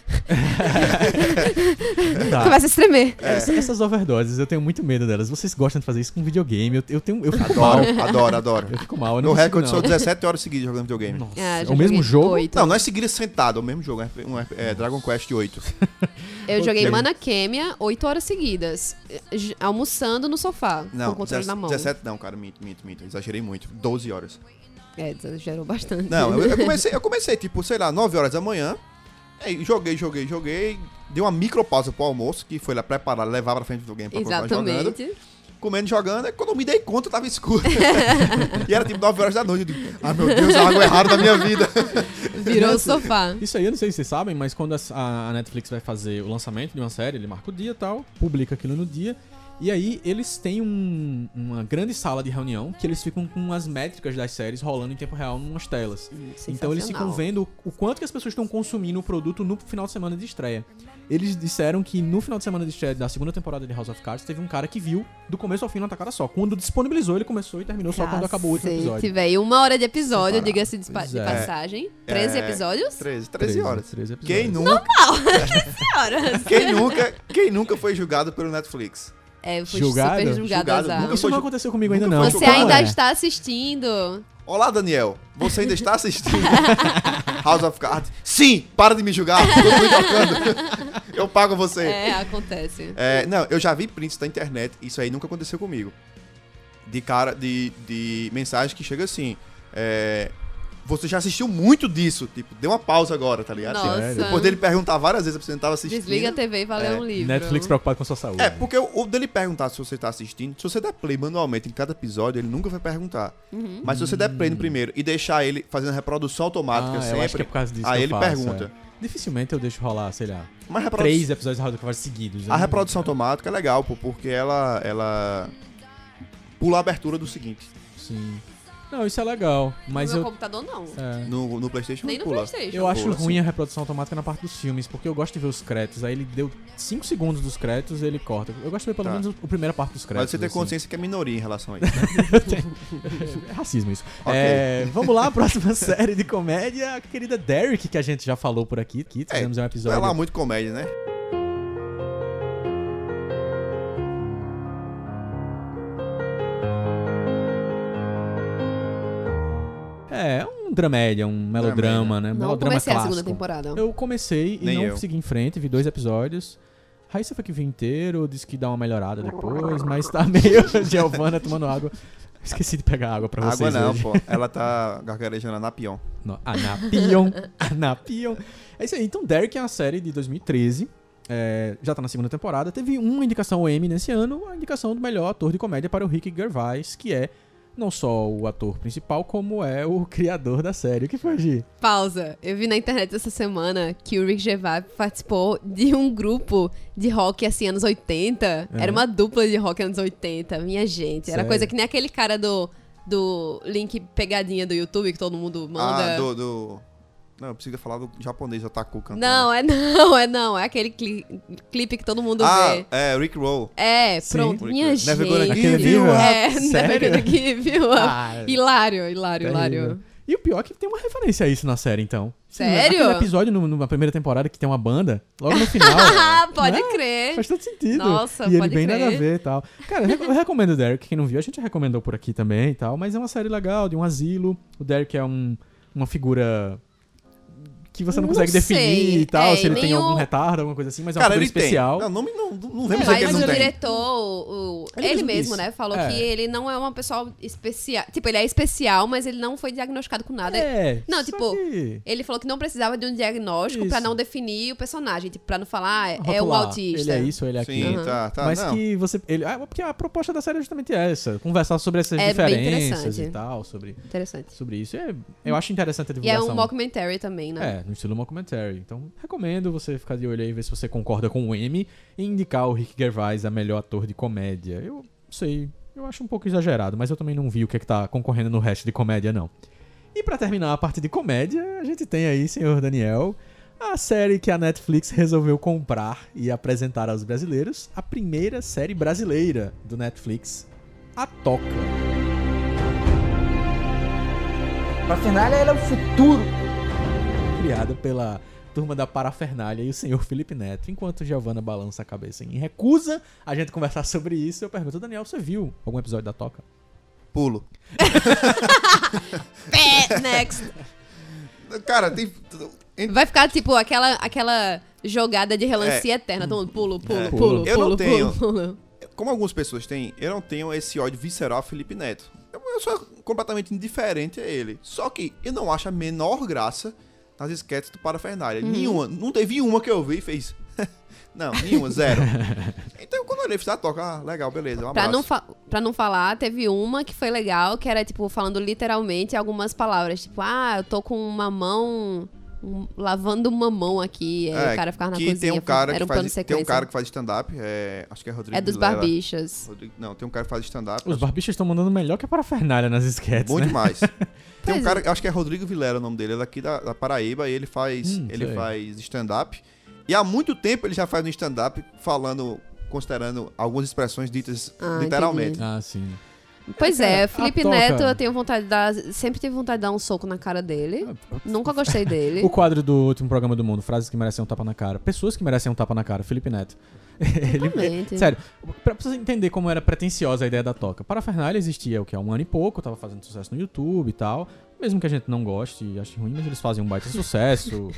Speaker 2: Tá.
Speaker 4: Começa a tremer.
Speaker 2: Essa- Essas overdoses, eu tenho muito medo delas. Vocês gostam de fazer isso com videogame? Eu, eu tenho, eu fico mal.
Speaker 3: Adoro, adoro, adoro.
Speaker 2: Eu fico mal. Eu não
Speaker 3: No
Speaker 2: consigo,
Speaker 3: recorde
Speaker 2: não.
Speaker 3: são 17 horas seguidas jogando videogame.
Speaker 2: Nossa,
Speaker 4: Ah,
Speaker 2: é
Speaker 4: já
Speaker 2: o mesmo
Speaker 4: joguei
Speaker 2: jogo?
Speaker 4: oito.
Speaker 3: Não, não é seguida sentada, é o mesmo jogo. é um- é Dragon Quest 8.
Speaker 4: Eu joguei
Speaker 2: Ok.
Speaker 4: Manakemia 8 horas seguidas, j- almoçando no sofá, com
Speaker 3: Não,
Speaker 4: o controle na mão.
Speaker 3: 17 não, cara. Minto, minto, minto. Exagerei muito. 12 horas.
Speaker 4: É, exagerou bastante.
Speaker 3: Não, eu, eu comecei, eu comecei, tipo, sei lá, 9 horas da manhã. Aí joguei, joguei, joguei. Dei uma micro pausa pro almoço, que foi lá preparar, levar pra frente do videogame pra continuar jogando.
Speaker 4: Exatamente.
Speaker 3: comendo e jogando, aí quando eu me dei conta, tava escuro. e era tipo 9 horas da noite. Eu digo, ah, meu Deus, algo errado na minha vida.
Speaker 4: Virou o sofá.
Speaker 2: Isso aí eu não sei se vocês sabem, mas quando a, a- a Netflix vai fazer o lançamento de uma série, ele marca o dia e tal, publica aquilo no dia. E aí eles têm um- uma grande sala de reunião que eles ficam com as métricas das séries rolando em tempo real numas telas. Então eles ficam
Speaker 4: Hum, Sensacional.
Speaker 2: vendo o quanto que as pessoas estão consumindo o produto no final de semana de estreia. Eles disseram que no final de semana de estreia da segunda temporada de House of Cards teve um cara que viu do começo ao fim na tacada só. Quando disponibilizou, ele começou e terminou só quando acabou o último
Speaker 4: Cacete,
Speaker 2: episódio.
Speaker 4: véi, uma hora de episódio,
Speaker 3: Separado.
Speaker 4: diga-se de, pa- de
Speaker 2: Pois é.
Speaker 4: passagem. 13 episódios?
Speaker 3: 13, 13 horas.
Speaker 2: 13 episódios.
Speaker 3: Quem nunca,
Speaker 4: horas.
Speaker 3: quem nunca, quem nunca foi julgado pelo Netflix?
Speaker 4: É, eu fui
Speaker 2: Julgado?
Speaker 4: super julgado,
Speaker 3: Julgado,
Speaker 4: azar.
Speaker 3: nunca
Speaker 2: Isso
Speaker 3: foi
Speaker 2: não
Speaker 3: ju-
Speaker 2: aconteceu comigo
Speaker 3: nunca
Speaker 2: ainda não.
Speaker 3: foi
Speaker 4: Você
Speaker 3: julgado.
Speaker 4: ainda
Speaker 2: É.
Speaker 4: está assistindo.
Speaker 3: Olá, Daniel. Você ainda está assistindo House of Cards? Sim, para de me julgar. Eu tô me tocando. Eu pago você.
Speaker 4: É, acontece.
Speaker 3: É, não, eu já vi prints da internet, isso aí nunca aconteceu comigo. De cara, de, de mensagem que chega assim. é, você já assistiu muito disso, tipo, deu uma pausa agora, tá ligado?
Speaker 4: Nossa. Sério?
Speaker 3: Depois dele perguntar várias vezes se você não tava assistindo.
Speaker 4: Desliga a TV e vai ler um livro.
Speaker 2: Netflix preocupado com a sua saúde.
Speaker 3: É, porque o o dele perguntar se você tá assistindo, se você der play manualmente em cada episódio, ele nunca vai perguntar.
Speaker 4: Uhum.
Speaker 3: Mas se você der play no primeiro e deixar ele fazendo reprodução automática
Speaker 2: Hum. Ah,
Speaker 3: sempre,
Speaker 2: eu acho que é por causa disso.
Speaker 3: aí
Speaker 2: que eu
Speaker 3: ele
Speaker 2: faço,
Speaker 3: pergunta.
Speaker 2: é. Dificilmente eu deixo rolar, sei lá,
Speaker 3: Mas reprodu-
Speaker 2: três episódios de House of Cards seguidos. né?
Speaker 3: A reprodução automática é legal, pô, porque ela, ela pula a abertura do seguinte.
Speaker 2: Sim. Não, isso é legal, mas
Speaker 4: no meu
Speaker 2: eu.
Speaker 4: computador, não.
Speaker 2: é.
Speaker 3: No, no PlayStation
Speaker 4: Nem
Speaker 3: não
Speaker 4: no
Speaker 3: pula.
Speaker 4: PlayStation.
Speaker 2: Eu acho
Speaker 3: Boa,
Speaker 2: ruim
Speaker 3: sim.
Speaker 2: a reprodução automática na parte dos filmes, porque eu gosto de ver os créditos. Aí ele deu 5 segundos dos créditos e ele corta. Eu gosto de ver pelo
Speaker 3: Tá.
Speaker 2: menos o- a primeira parte dos
Speaker 3: Mas
Speaker 2: créditos.
Speaker 3: você tem
Speaker 2: assim.
Speaker 3: consciência que é minoria em relação a isso.
Speaker 2: É racismo isso.
Speaker 3: Ok.
Speaker 2: É, vamos lá, a próxima série de comédia, a querida Derek, que a gente já falou por aqui. Que fizemos um
Speaker 3: Não é
Speaker 2: episódio.
Speaker 3: lá muito comédia, né?
Speaker 2: É, É, um dramédia, um melodrama, né?
Speaker 4: Não
Speaker 2: melodrama clássico.
Speaker 4: comecei é a segunda temporada.
Speaker 2: Eu comecei e
Speaker 3: Nem
Speaker 2: não
Speaker 3: eu.
Speaker 2: segui em frente, vi dois episódios. Raíssa foi que vi inteiro, disse que dá uma melhorada depois, mas tá meio Giovana tomando água. Esqueci de pegar água pra
Speaker 3: Água
Speaker 2: vocês
Speaker 3: não,
Speaker 2: hoje.
Speaker 3: pô. Ela tá gargarejando a Napion.
Speaker 2: No- Anapion, Anapion. É isso aí. Então, Derek é uma série de 2013. é, já tá na segunda temporada. Teve uma indicação ao Emmy nesse ano, a indicação do melhor ator de comédia para o Rick Gervais, que é não só o ator principal, como é o criador da série. O que foi, Gi?
Speaker 4: Pausa. Eu vi na internet essa semana que o Rick Gervais participou de um grupo de rock, assim, anos 80.
Speaker 2: É.
Speaker 4: Era uma dupla de rock anos 80. Minha gente. Era
Speaker 2: Sério?
Speaker 4: coisa que nem aquele cara do, do link pegadinha do YouTube que todo mundo manda.
Speaker 3: Ah, do, do. Não, eu preciso falar do japonês Otaku cantando.
Speaker 4: Não, é não, é não. É aquele cli- clipe que todo mundo vê.
Speaker 3: Ah, é, Rick Roll.
Speaker 4: É,
Speaker 2: Sim.
Speaker 4: pronto. Minha gente.
Speaker 3: Never gonna
Speaker 2: give you up.
Speaker 4: É,
Speaker 2: Sério?
Speaker 4: never gonna give you up.
Speaker 2: Ah,
Speaker 4: Hilário, hilário,
Speaker 2: terrível.
Speaker 4: hilário.
Speaker 2: né? E o pior é que tem uma referência a isso na série, então.
Speaker 4: Sério?
Speaker 2: Aquele episódio no- numa primeira temporada que tem uma banda, logo no final.
Speaker 4: Ah, pode
Speaker 2: Né?
Speaker 4: crer.
Speaker 2: Faz todo sentido.
Speaker 4: Nossa,
Speaker 2: e ele
Speaker 4: pode
Speaker 2: bem
Speaker 4: crer.
Speaker 2: nada a ver e tal. Cara, eu re- eu recomendo o Derek. Quem não viu, a gente recomendou por aqui também e tal. Mas é uma série legal, de um asilo. O Derek é um, uma figura que você não,
Speaker 4: Não
Speaker 2: consegue definir
Speaker 4: sei.
Speaker 2: e tal.
Speaker 4: É,
Speaker 2: se ele
Speaker 4: nem
Speaker 2: tem algum
Speaker 4: o-
Speaker 2: retardo, alguma coisa assim. Mas é uma
Speaker 3: Cara,
Speaker 2: figura
Speaker 3: ele
Speaker 2: especial.
Speaker 3: tem. Não, nome não, não
Speaker 4: É,
Speaker 3: vemos dizer que
Speaker 4: um mas
Speaker 3: ele
Speaker 4: o
Speaker 3: não tem.
Speaker 4: diretor, o-
Speaker 2: Ele
Speaker 4: ele,
Speaker 2: mesmo
Speaker 4: mesmo,
Speaker 2: disse.
Speaker 4: né, falou
Speaker 2: É.
Speaker 4: que ele não é uma pessoa especial. Tipo, ele é especial, mas ele não foi diagnosticado com nada.
Speaker 2: É.
Speaker 4: Não,
Speaker 2: só
Speaker 4: tipo,
Speaker 2: que-
Speaker 4: Ele falou que não precisava de um diagnóstico pra
Speaker 2: Isso.
Speaker 4: não definir o personagem, tipo, pra não falar, ah, é o
Speaker 2: rotular, Ele
Speaker 4: autista.
Speaker 2: é isso, ele é aquilo.
Speaker 3: Sim, tá, tá.
Speaker 2: mas
Speaker 3: não.
Speaker 2: que você. Ele, ah, porque a proposta da série é justamente essa: conversar sobre essas
Speaker 4: É bem
Speaker 2: diferenças e
Speaker 4: interessante.
Speaker 2: tal, sobre,
Speaker 4: Interessante.
Speaker 2: sobre isso. É- eu acho interessante a
Speaker 4: E é
Speaker 2: divulgação.
Speaker 4: um documentary também, né?
Speaker 2: É, no estilo mockumentary. Então, recomendo você ficar de olho aí, ver se você concorda com o M e indicar o Rick Gervais a melhor ator de comédia. Eu não sei, eu acho um pouco exagerado, mas eu também não vi o que, é que tá concorrendo no resto de comédia, não. E pra terminar a parte de comédia, a gente tem aí, senhor Daniel, a série que a Netflix resolveu comprar e apresentar aos brasileiros, a primeira série brasileira do Netflix, A Toca.
Speaker 7: Afinal, ela é o futuro.
Speaker 2: criada pela turma da parafernália e o senhor Felipe Neto. Enquanto Giovanna balança a cabeça em recusa a gente conversar sobre isso, eu pergunto, Daniel, você viu algum episódio da Toca?
Speaker 3: Pulo.
Speaker 4: Pé, next.
Speaker 3: Cara, tem. Ent-
Speaker 4: Vai ficar, tipo, aquela, aquela jogada de relance eterna. Todo mundo pulo, pulo,
Speaker 3: É.
Speaker 4: pulo,
Speaker 3: Eu não
Speaker 4: pulo,
Speaker 3: tenho. Um
Speaker 4: pulo, pulo.
Speaker 3: Como algumas pessoas têm, eu não tenho esse ódio visceral a Felipe Neto. Eu, eu sou completamente indiferente a ele. Só que eu não acho a menor graça nas esquetes do Parafernália.
Speaker 4: Uhum.
Speaker 3: Nenhuma. Não teve uma que eu vi e fez. não, nenhuma, zero. então quando eu olhei, eu fiz, ah, toca, ah, legal, beleza. Um
Speaker 4: Pra
Speaker 3: abraço.
Speaker 4: não, fa- pra não falar, teve uma que foi legal, que era, tipo, falando literalmente algumas palavras. Tipo, ah, eu tô com uma mão. um- lavando uma mão aqui. Aí o cara ficava na
Speaker 3: É, que
Speaker 4: cozinha.
Speaker 3: tem um cara
Speaker 4: era
Speaker 3: que
Speaker 4: um plano de
Speaker 3: faz, tem um
Speaker 4: sequência.
Speaker 3: cara que faz stand-up, é, acho que é Rodrigo
Speaker 4: É dos
Speaker 3: Vilela.
Speaker 4: barbichas.
Speaker 3: Rodrigo- não, tem um cara que faz stand-up.
Speaker 2: Os barbichas estão mandando melhor que a parafernália nas esquetes,
Speaker 3: Bom
Speaker 2: né?
Speaker 3: demais. Tem
Speaker 4: Pois
Speaker 3: um cara, acho que é Rodrigo Vilera o nome dele, ele é aqui da, da Paraíba e ele faz,
Speaker 2: Hum,
Speaker 3: ele
Speaker 2: sei.
Speaker 3: faz stand-up. E há muito tempo ele já faz um stand-up falando, considerando algumas expressões ditas
Speaker 4: Ah,
Speaker 3: literalmente.
Speaker 2: Ah, sim.
Speaker 4: Pois
Speaker 2: Cara,
Speaker 4: é,
Speaker 2: a
Speaker 4: Felipe
Speaker 2: toca.
Speaker 4: Neto, eu tenho vontade de dar. Sempre tive vontade de dar um soco na cara dele. Nunca gostei dele.
Speaker 2: O quadro do último programa do mundo, frases que merecem um tapa na cara. Pessoas que merecem um tapa na cara, Felipe Neto. Ele,
Speaker 4: Totalmente.
Speaker 2: sério, pra pra você entender como era pretensiosa a ideia da Toca. Parafernália existia o que há um ano e pouco, tava fazendo sucesso no YouTube e tal. Mesmo que a gente não goste e ache ruim, mas eles fazem um baita sucesso.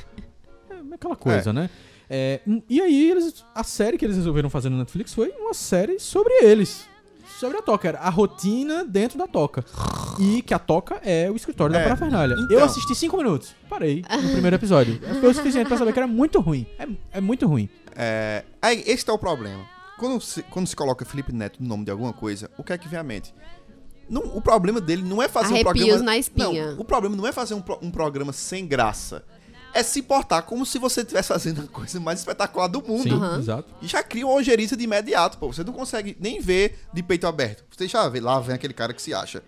Speaker 2: É aquela coisa, né? É, hum, e aí, eles, a série que eles resolveram fazer no Netflix foi uma série sobre eles. Sobre a Toca, era a rotina dentro da Toca. E que a Toca é o escritório da
Speaker 3: É,
Speaker 2: parafernália. Eu
Speaker 3: então.
Speaker 2: assisti cinco minutos, parei no primeiro episódio. Foi o suficiente pra saber que era muito ruim. É, é muito ruim.
Speaker 3: É, aí, esse é o problema. Quando se, quando se coloca Felipe Neto no nome de alguma coisa, o que é que vem à mente? Não, o problema dele não é fazer um
Speaker 4: Arrepios
Speaker 3: programa.
Speaker 4: na espinha.
Speaker 3: Não, o problema não é fazer um, pro- um programa sem graça. É se portar como se você estivesse fazendo a coisa mais espetacular do mundo.
Speaker 2: Sim,
Speaker 4: Aham.
Speaker 2: exato.
Speaker 3: E já cria uma ojeriza de imediato, pô. Você não consegue nem ver de peito aberto. Você já vê, lá vem aquele cara que se acha.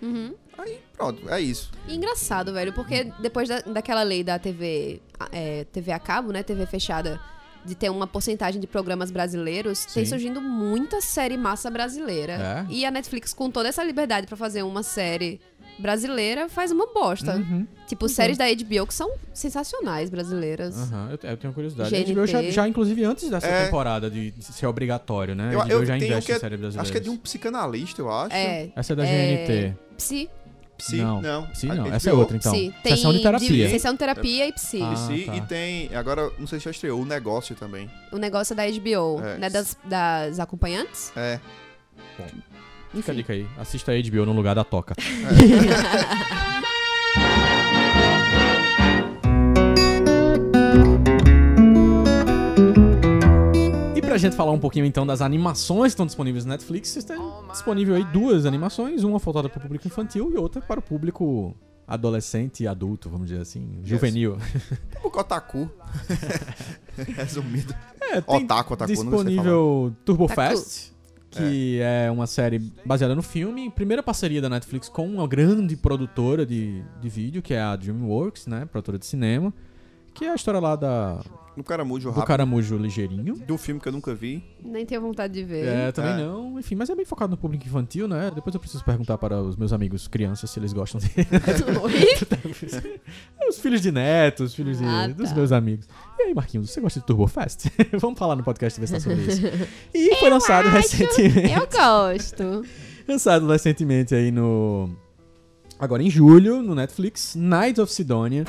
Speaker 3: Aí, pronto, é isso.
Speaker 4: E Engraçado, velho, porque depois da- daquela lei da TV, a- é, TV a cabo, né, TV fechada, de ter uma porcentagem de programas brasileiros, tem
Speaker 2: Sim.
Speaker 4: surgindo muita série massa brasileira.
Speaker 2: É.
Speaker 4: E a Netflix, com toda essa liberdade pra fazer uma série brasileira, faz uma bosta.
Speaker 2: Uhum.
Speaker 4: Tipo, séries da HBO que são sensacionais brasileiras.
Speaker 2: Então. Aham, eu, te- eu tenho curiosidade.
Speaker 4: GNT.
Speaker 2: A HBO já, já, inclusive, antes dessa
Speaker 3: É.
Speaker 2: temporada de de ser obrigatório, né? a HBO já
Speaker 3: tenho
Speaker 2: investe
Speaker 3: que é-
Speaker 2: em série brasileira.
Speaker 3: Acho que é de um psicanalista, eu acho.
Speaker 4: É.
Speaker 2: Essa é da
Speaker 4: é,
Speaker 2: GNT.
Speaker 4: Psi.
Speaker 3: Psi,
Speaker 2: não,
Speaker 3: não.
Speaker 2: Psi
Speaker 3: A-
Speaker 2: não.
Speaker 3: HBO.
Speaker 2: Essa é outra, então.
Speaker 4: Psi.
Speaker 2: Sessão de terapia.
Speaker 4: sessão de terapia e psi.
Speaker 2: Ah.
Speaker 3: Psi,
Speaker 2: tá.
Speaker 3: E tem, agora, não sei se já estreou, o negócio também.
Speaker 4: O negócio é da HBO,
Speaker 3: É.
Speaker 4: né? Das, das acompanhantes.
Speaker 3: É,
Speaker 2: Fica a dica aí. Assista a HBO no lugar da toca. E pra gente falar um pouquinho então das animações que estão disponíveis no Netflix, tem disponível aí duas animações, uma voltada para o público infantil e outra para o público adolescente e adulto, vamos dizer assim, juvenil.
Speaker 3: o Kotaku. um Resumido.
Speaker 2: É, tem
Speaker 3: Otaku,
Speaker 4: Tá,
Speaker 3: Otaku, não sei falar.
Speaker 2: disponível Turbo Fast, que é. uma série baseada no filme, primeira parceria da Netflix com uma grande produtora de, de vídeo, que é a DreamWorks, né, produtora de cinema, que é a história lá da,
Speaker 3: No Caramujo
Speaker 2: do
Speaker 3: Rápido.
Speaker 2: caramujo ligeirinho.
Speaker 3: Do filme que eu nunca vi.
Speaker 4: Nem tenho vontade de ver.
Speaker 2: É, também
Speaker 3: É.
Speaker 2: não. Enfim, mas é bem focado no público infantil, né? Depois eu preciso perguntar para os meus amigos crianças se eles gostam de... os filhos de netos, os filhos de-
Speaker 4: Ah,
Speaker 2: dos
Speaker 4: tá.
Speaker 2: meus amigos. E aí, Marquinhos, você gosta de Turbo Fast? Vamos falar no podcast e ver tá sobre isso. E foi lançado recentemente.
Speaker 4: Eu gosto.
Speaker 2: Lançado recentemente aí no. Agora em julho, no Netflix, Knights of Sidonia.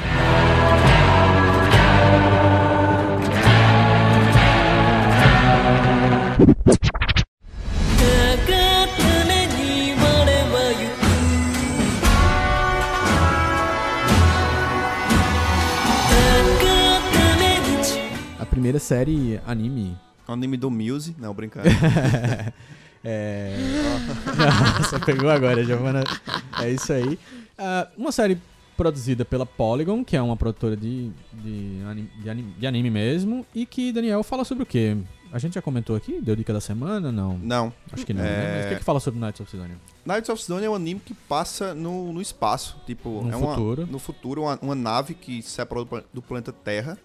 Speaker 2: A primeira série anime.
Speaker 3: É um anime do Muse. Não, brincando.
Speaker 2: É. Nossa, pegou agora, Giovana. É isso aí. Ah, uma série produzida pela Polygon, que é uma produtora de, de, ani- de anime, de anime mesmo, e que Daniel fala sobre o quê? A gente já comentou aqui? Deu dica da semana? Não.
Speaker 3: não.
Speaker 2: Acho que não. né?
Speaker 3: É.
Speaker 2: Mas o que, que fala sobre Knights of Sidonia?
Speaker 3: Knights of Sidonia é um anime que passa no, no espaço. Tipo,
Speaker 2: No
Speaker 3: é uma,
Speaker 2: futuro.
Speaker 3: No futuro, uma, uma nave que se separou do pla- do planeta Terra.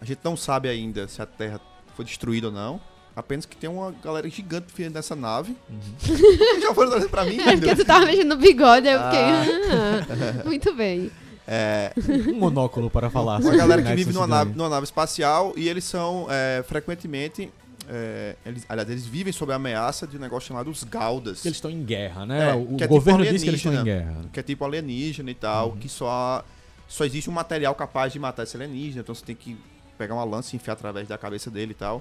Speaker 3: A gente não sabe ainda se a Terra foi destruída ou não. Apenas que tem uma galera gigante vindo nessa nave.
Speaker 2: Uhum.
Speaker 3: Já foram trazendo pra mim,
Speaker 4: É porque
Speaker 3: velho.
Speaker 4: tu tava mexendo no bigode, aí eu fiquei. "Ah, muito bem.
Speaker 3: É,
Speaker 2: Um monóculo para falar.
Speaker 3: uma
Speaker 2: sobre
Speaker 3: galera que
Speaker 2: Knights
Speaker 3: vive
Speaker 2: of
Speaker 3: numa
Speaker 2: Sidonia.
Speaker 3: nave, numa nave espacial e eles são é, frequentemente. é, eles, aliás, eles vivem sob a ameaça de um negócio chamado os Galdas.
Speaker 2: Que Eles estão em guerra, né?
Speaker 3: É,
Speaker 2: o
Speaker 3: que é tipo
Speaker 2: governo diz que eles estão em
Speaker 3: alienígena.
Speaker 2: guerra. né? Uhum.
Speaker 3: que é tipo alienígena e tal, que só, só existe um material capaz de matar esse alienígena, então você tem que pegar uma lança e enfiar através da cabeça dele e tal.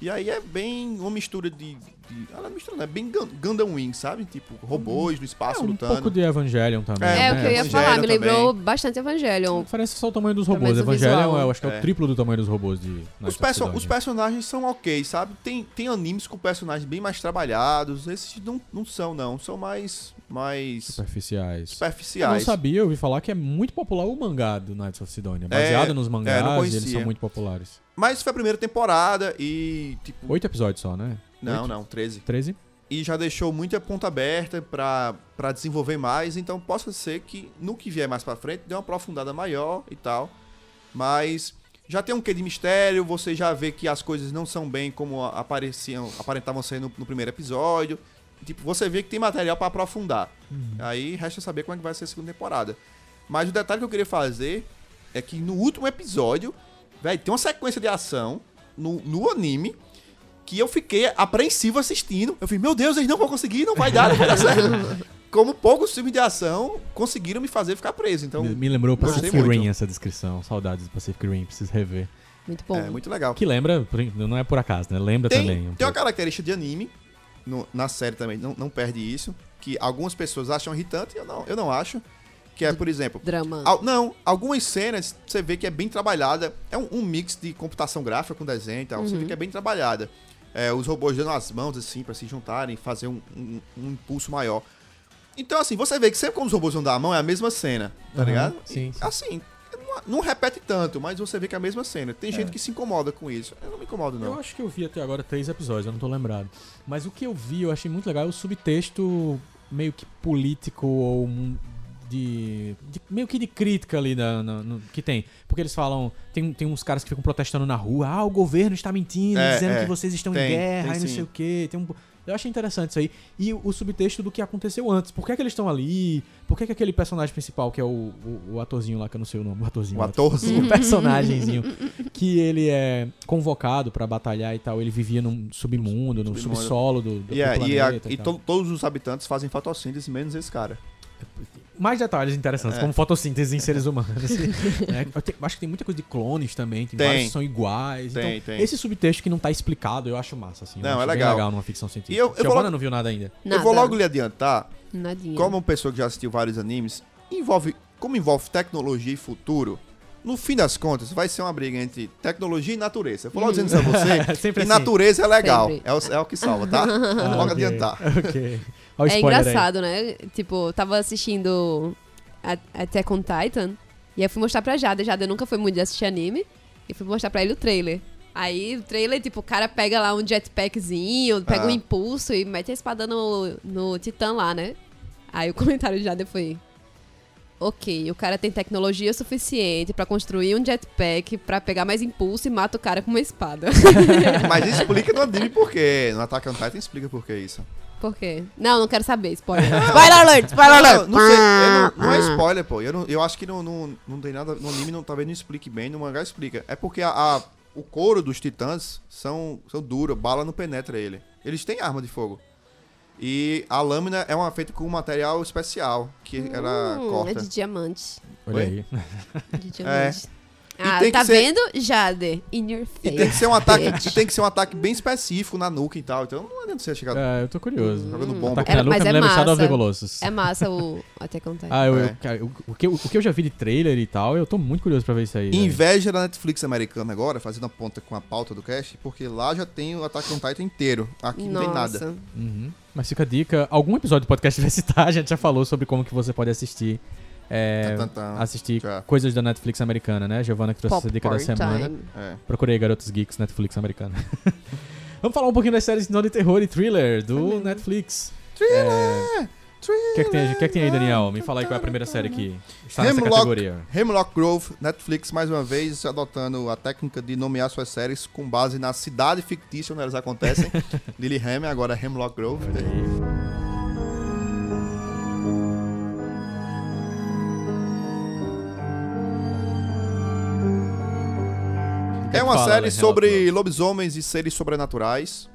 Speaker 3: E aí é bem uma mistura de. de ah, não é mistura, não, é bem Gun- Gundam Wing, sabe? Tipo, robôs no espaço
Speaker 2: É, um
Speaker 3: lutando.
Speaker 2: pouco de Evangelion também.
Speaker 4: É,
Speaker 3: É,
Speaker 4: o que eu ia
Speaker 3: Evangelion
Speaker 4: falar, me lembrou
Speaker 3: também.
Speaker 4: bastante Evangelion.
Speaker 2: A diferença é só o tamanho dos
Speaker 4: Pelo
Speaker 2: robôs.
Speaker 4: menos o
Speaker 2: Evangelion,
Speaker 4: visual.
Speaker 2: eu acho que é. o
Speaker 3: É.
Speaker 2: triplo do tamanho dos robôs de Knights
Speaker 3: Os,
Speaker 2: of
Speaker 3: perso-
Speaker 2: Sidonia.
Speaker 3: os personagens são ok, sabe? Tem, tem animes com personagens bem mais trabalhados, esses não, não são, não. São mais. mais
Speaker 2: superficiais. Eu não
Speaker 3: superficiais.
Speaker 2: sabia, eu ouvi falar que é muito popular o mangá do Knights of Sidonia. Baseado
Speaker 3: É,
Speaker 2: nos
Speaker 3: é,
Speaker 2: mangás,
Speaker 3: não
Speaker 2: e eles
Speaker 3: conhecia.
Speaker 2: são muito populares.
Speaker 3: Mas foi a primeira temporada e, tipo.
Speaker 2: Oito episódios só, né?
Speaker 3: Não,
Speaker 2: Oito?
Speaker 3: não, 13.
Speaker 2: Treze?
Speaker 3: e já deixou muita ponta aberta pra pra desenvolver mais, então possa ser que no que vier mais pra frente dê uma aprofundada maior e tal. Mas já tem um quê de mistério, você já vê que as coisas não são bem como a- apareciam, aparentavam ser no, no primeiro episódio. Tipo, você vê que tem material pra aprofundar.
Speaker 2: Uhum.
Speaker 3: Aí resta saber como é que vai ser a segunda temporada. Mas o detalhe que eu queria fazer é que no último episódio, velho, tem uma sequência de ação no, no anime que eu fiquei apreensivo assistindo. Eu falei, meu Deus, eles não vão conseguir, não vai dar, não vai dar certo. Como poucos filmes de ação conseguiram me fazer ficar preso. Então,
Speaker 2: me, me lembrou
Speaker 3: gostei
Speaker 2: Pacific
Speaker 3: muito.
Speaker 2: Rim essa descrição. Saudades do Pacific Rim, preciso rever.
Speaker 4: Muito bom.
Speaker 3: é muito legal.
Speaker 2: Que lembra, por- não é por acaso, né? Lembra
Speaker 3: Tem,
Speaker 2: também. um
Speaker 3: tem uma
Speaker 2: pouco.
Speaker 3: característica de anime, no- na série também, não, não perde isso, que algumas pessoas acham irritante, eu não, eu não acho. Que é, por exemplo,
Speaker 4: Drama.
Speaker 3: Al- não, algumas cenas você vê que é bem trabalhada. É um, um mix de computação gráfica com desenho e tal. Você vê que é bem trabalhada. É, os robôs dando as mãos assim pra se juntarem, fazer um, um- um impulso maior. Então, assim, você vê que sempre quando os robôs vão dar a mão é a mesma cena, tá
Speaker 2: Aham,
Speaker 3: ligado?
Speaker 2: sim, sim.
Speaker 3: Assim, não, não repete tanto, mas você vê que é a mesma cena. Tem gente que se incomoda com isso. Eu não me incomodo,
Speaker 2: Eu
Speaker 3: não.
Speaker 2: acho que eu vi até agora três episódios, eu não tô lembrado. Mas o que eu vi, eu achei muito legal, é o subtexto meio que político ou um- de, de- meio que de crítica ali da- na- no- que tem. Porque eles falam, tem, tem uns caras que ficam protestando na rua, ah, o governo está mentindo,
Speaker 3: É,
Speaker 2: dizendo
Speaker 3: é.
Speaker 2: que vocês estão em
Speaker 3: Tem,
Speaker 2: guerra
Speaker 3: tem
Speaker 2: e não
Speaker 3: sim.
Speaker 2: sei o quê. Tem um, eu achei interessante isso aí. E o, o subtexto do que aconteceu antes. Por que, é que eles estão ali? Por que, é que aquele personagem principal, que é o, o, o atorzinho lá, que eu não sei o nome, o atorzinho.
Speaker 3: O
Speaker 2: o
Speaker 3: atorzinho.
Speaker 4: Uhum.
Speaker 2: um personagemzinho que ele é convocado pra batalhar e tal. Ele vivia num submundo, num
Speaker 3: Submundo.
Speaker 2: subsolo do, do,
Speaker 3: E, a-
Speaker 2: do
Speaker 3: e a-
Speaker 2: planeta.
Speaker 3: e
Speaker 2: tal.
Speaker 3: to- todos os habitantes fazem fotossíntese, menos esse cara.
Speaker 2: mais detalhes
Speaker 3: É.
Speaker 2: interessantes, como fotossíntese em seres humanos. É, eu te- acho que tem muita coisa de clones também, tem,
Speaker 3: Tem.
Speaker 2: vários que são iguais.
Speaker 3: Tem,
Speaker 2: então,
Speaker 3: tem.
Speaker 2: Esse subtexto que não tá explicado, eu acho massa, assim. eu
Speaker 3: Não,
Speaker 2: acho
Speaker 3: é
Speaker 2: bem
Speaker 3: legal.
Speaker 2: legal numa ficção científica.
Speaker 3: E eu- eu vou
Speaker 2: Giovanna
Speaker 3: logo-
Speaker 2: não viu nada ainda.
Speaker 4: Nada.
Speaker 3: Eu vou logo lhe adiantar, tá?
Speaker 4: Nadinha.
Speaker 3: como uma pessoa que já assistiu vários animes, envolve, como envolve tecnologia e futuro, no fim das contas, vai ser uma briga entre tecnologia e natureza. Eu vou logo dizendo isso a você.
Speaker 2: Sempre
Speaker 3: e
Speaker 2: assim. Ah,
Speaker 3: natureza é legal.
Speaker 4: Sempre.
Speaker 3: É o, é o que salva, tá? Vou logo
Speaker 2: ok,
Speaker 3: adiantar.
Speaker 2: ok. Olha o spoiler
Speaker 4: É
Speaker 2: aí.
Speaker 4: engraçado, né? Tipo, tava assistindo a- Attack on Titan e aí eu fui mostrar pra Jada. Jada nunca foi muito de assistir anime e fui mostrar pra ele o trailer. Aí o trailer, tipo, o cara pega lá um jetpackzinho, pega
Speaker 3: Ah.
Speaker 4: um impulso e mete a espada no, no Titã lá, né? Aí o comentário de Jada foi... Ok, o cara tem tecnologia suficiente pra construir um jetpack pra pegar mais impulso e mata o cara com uma espada.
Speaker 3: Mas explica no anime por quê. No Attack on Titan explica por que isso.
Speaker 4: Por quê? Não, não quero saber, spoiler. spoiler alert, spoiler alert!
Speaker 3: Não, não sei. eu não, não
Speaker 4: Ah,
Speaker 3: é spoiler, pô. Eu, não- eu acho que não, não, não tem nada. No anime não, talvez não explique bem, no mangá explica. É porque a, a- o couro dos titãs são, são duro, bala não penetra ele. Eles têm arma de fogo. E a lâmina é uma feita com um material especial que ela
Speaker 4: Hum, É
Speaker 3: corta.
Speaker 4: de diamante.
Speaker 2: Olha
Speaker 3: Oi?
Speaker 2: aí.
Speaker 4: De diamante.
Speaker 3: E
Speaker 4: Ah,
Speaker 3: tem que
Speaker 4: tá
Speaker 3: ser-
Speaker 4: vendo, Jade? In your face.
Speaker 3: E tem que ser um ataque, tem que ser um ataque bem específico na nuca e tal. Então não adianta você chegar
Speaker 2: É, eu tô curioso.
Speaker 3: jogando bomba.
Speaker 2: Ataque na
Speaker 4: É,
Speaker 2: nuca
Speaker 4: mas
Speaker 2: me
Speaker 4: é
Speaker 2: lembra Shadow of the
Speaker 4: massa.
Speaker 2: Colossus.
Speaker 4: É massa o Até Contar.
Speaker 2: Ah, eu, eu-
Speaker 3: É.
Speaker 2: cara, eu- o, que, eu- o que eu já vi de trailer e tal, eu tô muito curioso pra ver isso aí. velho.
Speaker 3: É Inveja da Netflix americana agora, fazendo a ponta com a pauta do cast, porque lá já tem o Attack on Titan inteiro. Aqui não tem nada.
Speaker 4: Nossa.
Speaker 2: Uhum. Mas fica a dica, algum episódio do podcast vai citar, a gente já falou sobre como que você pode assistir é,
Speaker 3: Tan, tan, tan.
Speaker 2: assistir
Speaker 3: Tá né? Já.
Speaker 2: coisas da Netflix americana, né? Giovana que trouxe essa dica da
Speaker 4: Popcorn
Speaker 2: semana.
Speaker 4: time.
Speaker 3: É.
Speaker 2: Procurei Garotos Geeks Netflix americana. Vamos falar um pouquinho das séries então, de terror e thriller do Netflix. Thriller! O que, é que, tem- o que é que tem aí, Daniel? Me fala aí qual é a primeira série que está nessa
Speaker 3: Hemlock,
Speaker 2: categoria.
Speaker 3: Hemlock Grove, Netflix, mais uma vez, adotando a técnica de nomear suas séries com base na cidade fictícia onde elas acontecem. Lillehammer, agora Hemlock Grove.
Speaker 2: O que
Speaker 3: É
Speaker 2: que
Speaker 3: uma
Speaker 2: fala,
Speaker 3: série
Speaker 2: né,
Speaker 3: sobre
Speaker 2: Hemlock
Speaker 3: lobisomens e seres sobrenaturais.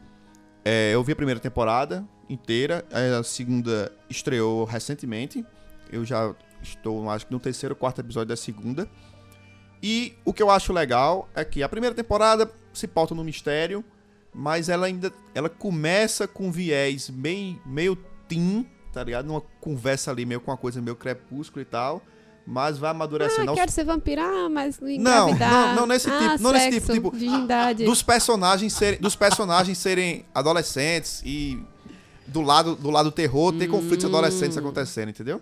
Speaker 3: É, eu vi a primeira temporada inteira, é, a segunda estreou recentemente. Eu já estou, acho que no terceiro ou quarto episódio da segunda. E o que eu acho legal é que a primeira temporada se pauta no mistério, mas ela ainda ela começa com um viés meio, meio teen, tá ligado? Numa conversa ali meio com uma coisa meio crepúsculo e tal, mas vai amadurecendo
Speaker 4: Ah,
Speaker 3: aos
Speaker 4: quero ser vampira, ah, mas
Speaker 3: não,
Speaker 4: engravidar.
Speaker 3: não nesse
Speaker 4: Ah,
Speaker 3: tipo, não nesse
Speaker 4: sexo,
Speaker 3: tipo, tipo,
Speaker 4: virgindade.
Speaker 3: dos personagens serem, dos personagens serem adolescentes e do lado do lado terror ter
Speaker 4: Hum.
Speaker 3: conflitos adolescentes acontecendo, entendeu?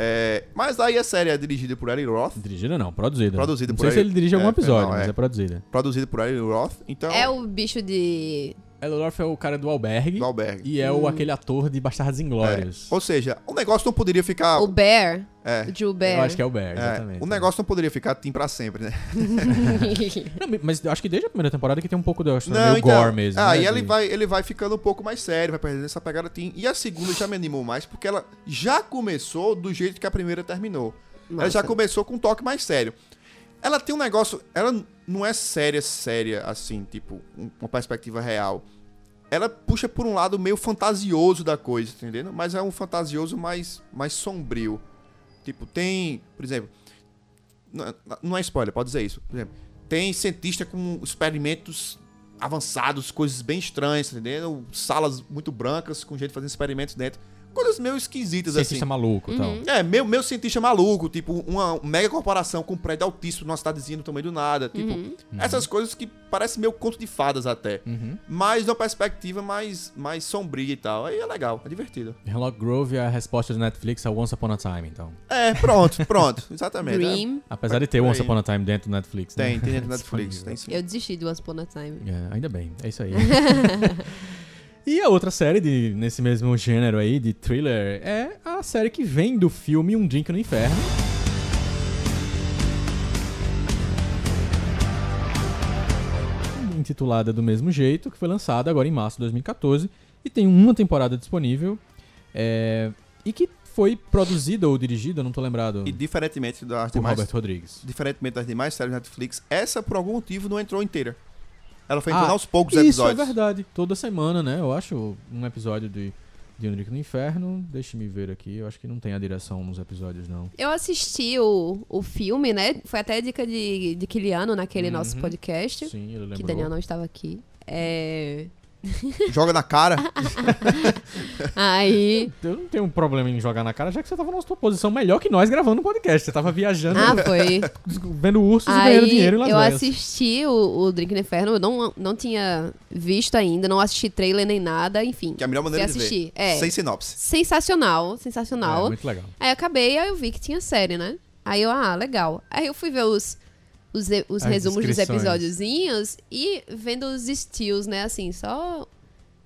Speaker 3: É, mas aí a série é dirigida por Eli Roth,
Speaker 2: Dirigida não, produzida.
Speaker 3: Produzida
Speaker 2: não
Speaker 3: por
Speaker 2: sei se
Speaker 3: ele.
Speaker 2: ele dirige algum
Speaker 3: É,
Speaker 2: episódio,
Speaker 3: não,
Speaker 2: mas é,
Speaker 3: é.
Speaker 2: produzida.
Speaker 3: produzida por Eli Roth, então
Speaker 4: É o bicho de...
Speaker 2: Elorf é o cara do albergue
Speaker 3: do Albergue.
Speaker 2: e é o, aquele ator de Bastardos Inglórios.
Speaker 3: Ou seja, o negócio não poderia ficar
Speaker 4: O Bear.
Speaker 3: É.
Speaker 4: O Drew Bear.
Speaker 2: Eu acho que é o Bear,
Speaker 3: é,
Speaker 2: exatamente.
Speaker 3: o negócio não poderia ficar team pra sempre, né?
Speaker 2: Não, mas eu acho que desde a primeira temporada que tem um pouco do acho, meio
Speaker 3: então-
Speaker 2: gore mesmo.
Speaker 3: Ah,
Speaker 2: né,
Speaker 3: e ele
Speaker 2: de-
Speaker 3: vai, ele vai ficando um pouco mais sério, vai perdendo essa pegada teen. E a segunda já me animou mais, porque ela já começou do jeito que a primeira terminou. Ela já começou com um toque mais sério. Ela tem um negócio. Ela n- não é séria, séria, assim, tipo, um- uma perspectiva real. Ela puxa por um lado meio fantasioso da coisa, entendendo? Mas é um fantasioso mais, mais sombrio. Tipo, tem, por exemplo, não, não é spoiler, pode dizer isso. Por exemplo, tem cientista com experimentos avançados, coisas bem estranhas, entendeu? Salas muito brancas com gente fazendo experimentos dentro. Coisas meio esquisitas,
Speaker 2: Cientista
Speaker 3: assim.
Speaker 2: maluco e tal.
Speaker 3: É, meu, meu cientista maluco, tipo, uma mega corporação com um prédio altíssimo numa cidadezinha do tamanho do nada. Tipo,
Speaker 4: Uhum.
Speaker 3: essas coisas que parecem meio conto de fadas até. Mas numa perspectiva mais, mais sombria e tal. Aí é legal, é divertido.
Speaker 2: Hemlock Grove é a resposta do Netflix a Once Upon a Time, então.
Speaker 3: É, pronto, pronto. Exatamente. é.
Speaker 4: Dream.
Speaker 2: Apesar de ter
Speaker 3: Por
Speaker 2: Once
Speaker 3: aí.
Speaker 2: Upon a Time dentro do Netflix, né?
Speaker 3: Tem, tem dentro do Netflix.
Speaker 2: Disponível.
Speaker 3: Tem sim.
Speaker 4: Eu desisti do Once Upon a Time.
Speaker 2: É, ainda bem, é isso aí. e a outra série de, nesse mesmo gênero aí, de thriller, é a série que vem do filme Um Drink no Inferno. Intitulada do mesmo jeito, que foi lançada agora em março de 2014 e tem uma temporada disponível. é, e que foi produzida ou dirigida, eu não tô lembrado,
Speaker 3: E diferentemente das
Speaker 2: por
Speaker 3: demais,
Speaker 2: Robert Rodrigues.
Speaker 3: diferentemente das demais séries da Netflix, essa por algum motivo não entrou inteira. Ela foi
Speaker 2: Ah,
Speaker 3: entrando aos poucos
Speaker 2: Isso
Speaker 3: episódios.
Speaker 2: é verdade. Toda semana, né? Eu acho um episódio de De Henrique no Inferno, deixe-me ver aqui. Eu acho que não tem a direção nos episódios, não.
Speaker 4: Eu assisti o, o filme, né? Foi até dica de, de Kiliano naquele nosso podcast.
Speaker 2: Uhum. Sim, ele lembrou.
Speaker 4: Que Daniel não estava aqui. É...
Speaker 3: Joga na cara.
Speaker 4: Aí.
Speaker 2: Eu não tenho um problema em jogar na cara, já que você tava numa posição melhor que nós gravando um podcast. Você tava viajando,
Speaker 4: Ah, foi.
Speaker 2: vendo ursos e ganhando
Speaker 4: Aí
Speaker 2: dinheiro em Las
Speaker 4: eu
Speaker 2: Vegas.
Speaker 4: assisti o, o Drink no Inferno, eu não, não tinha visto ainda, não assisti trailer nem nada, enfim.
Speaker 3: Que é a melhor maneira
Speaker 4: Fui
Speaker 3: de ver.
Speaker 4: assistir, é.
Speaker 3: Sem sinopse.
Speaker 4: Sensacional,
Speaker 2: É,
Speaker 4: sensacional.
Speaker 2: muito legal.
Speaker 4: Aí eu acabei, aí eu vi que tinha série, né? Aí eu, ah, legal. Aí eu fui ver os, os, e- os
Speaker 2: As
Speaker 4: resumos dos
Speaker 2: descrições.
Speaker 4: episódiozinhos e vendo os steals, né? Assim, só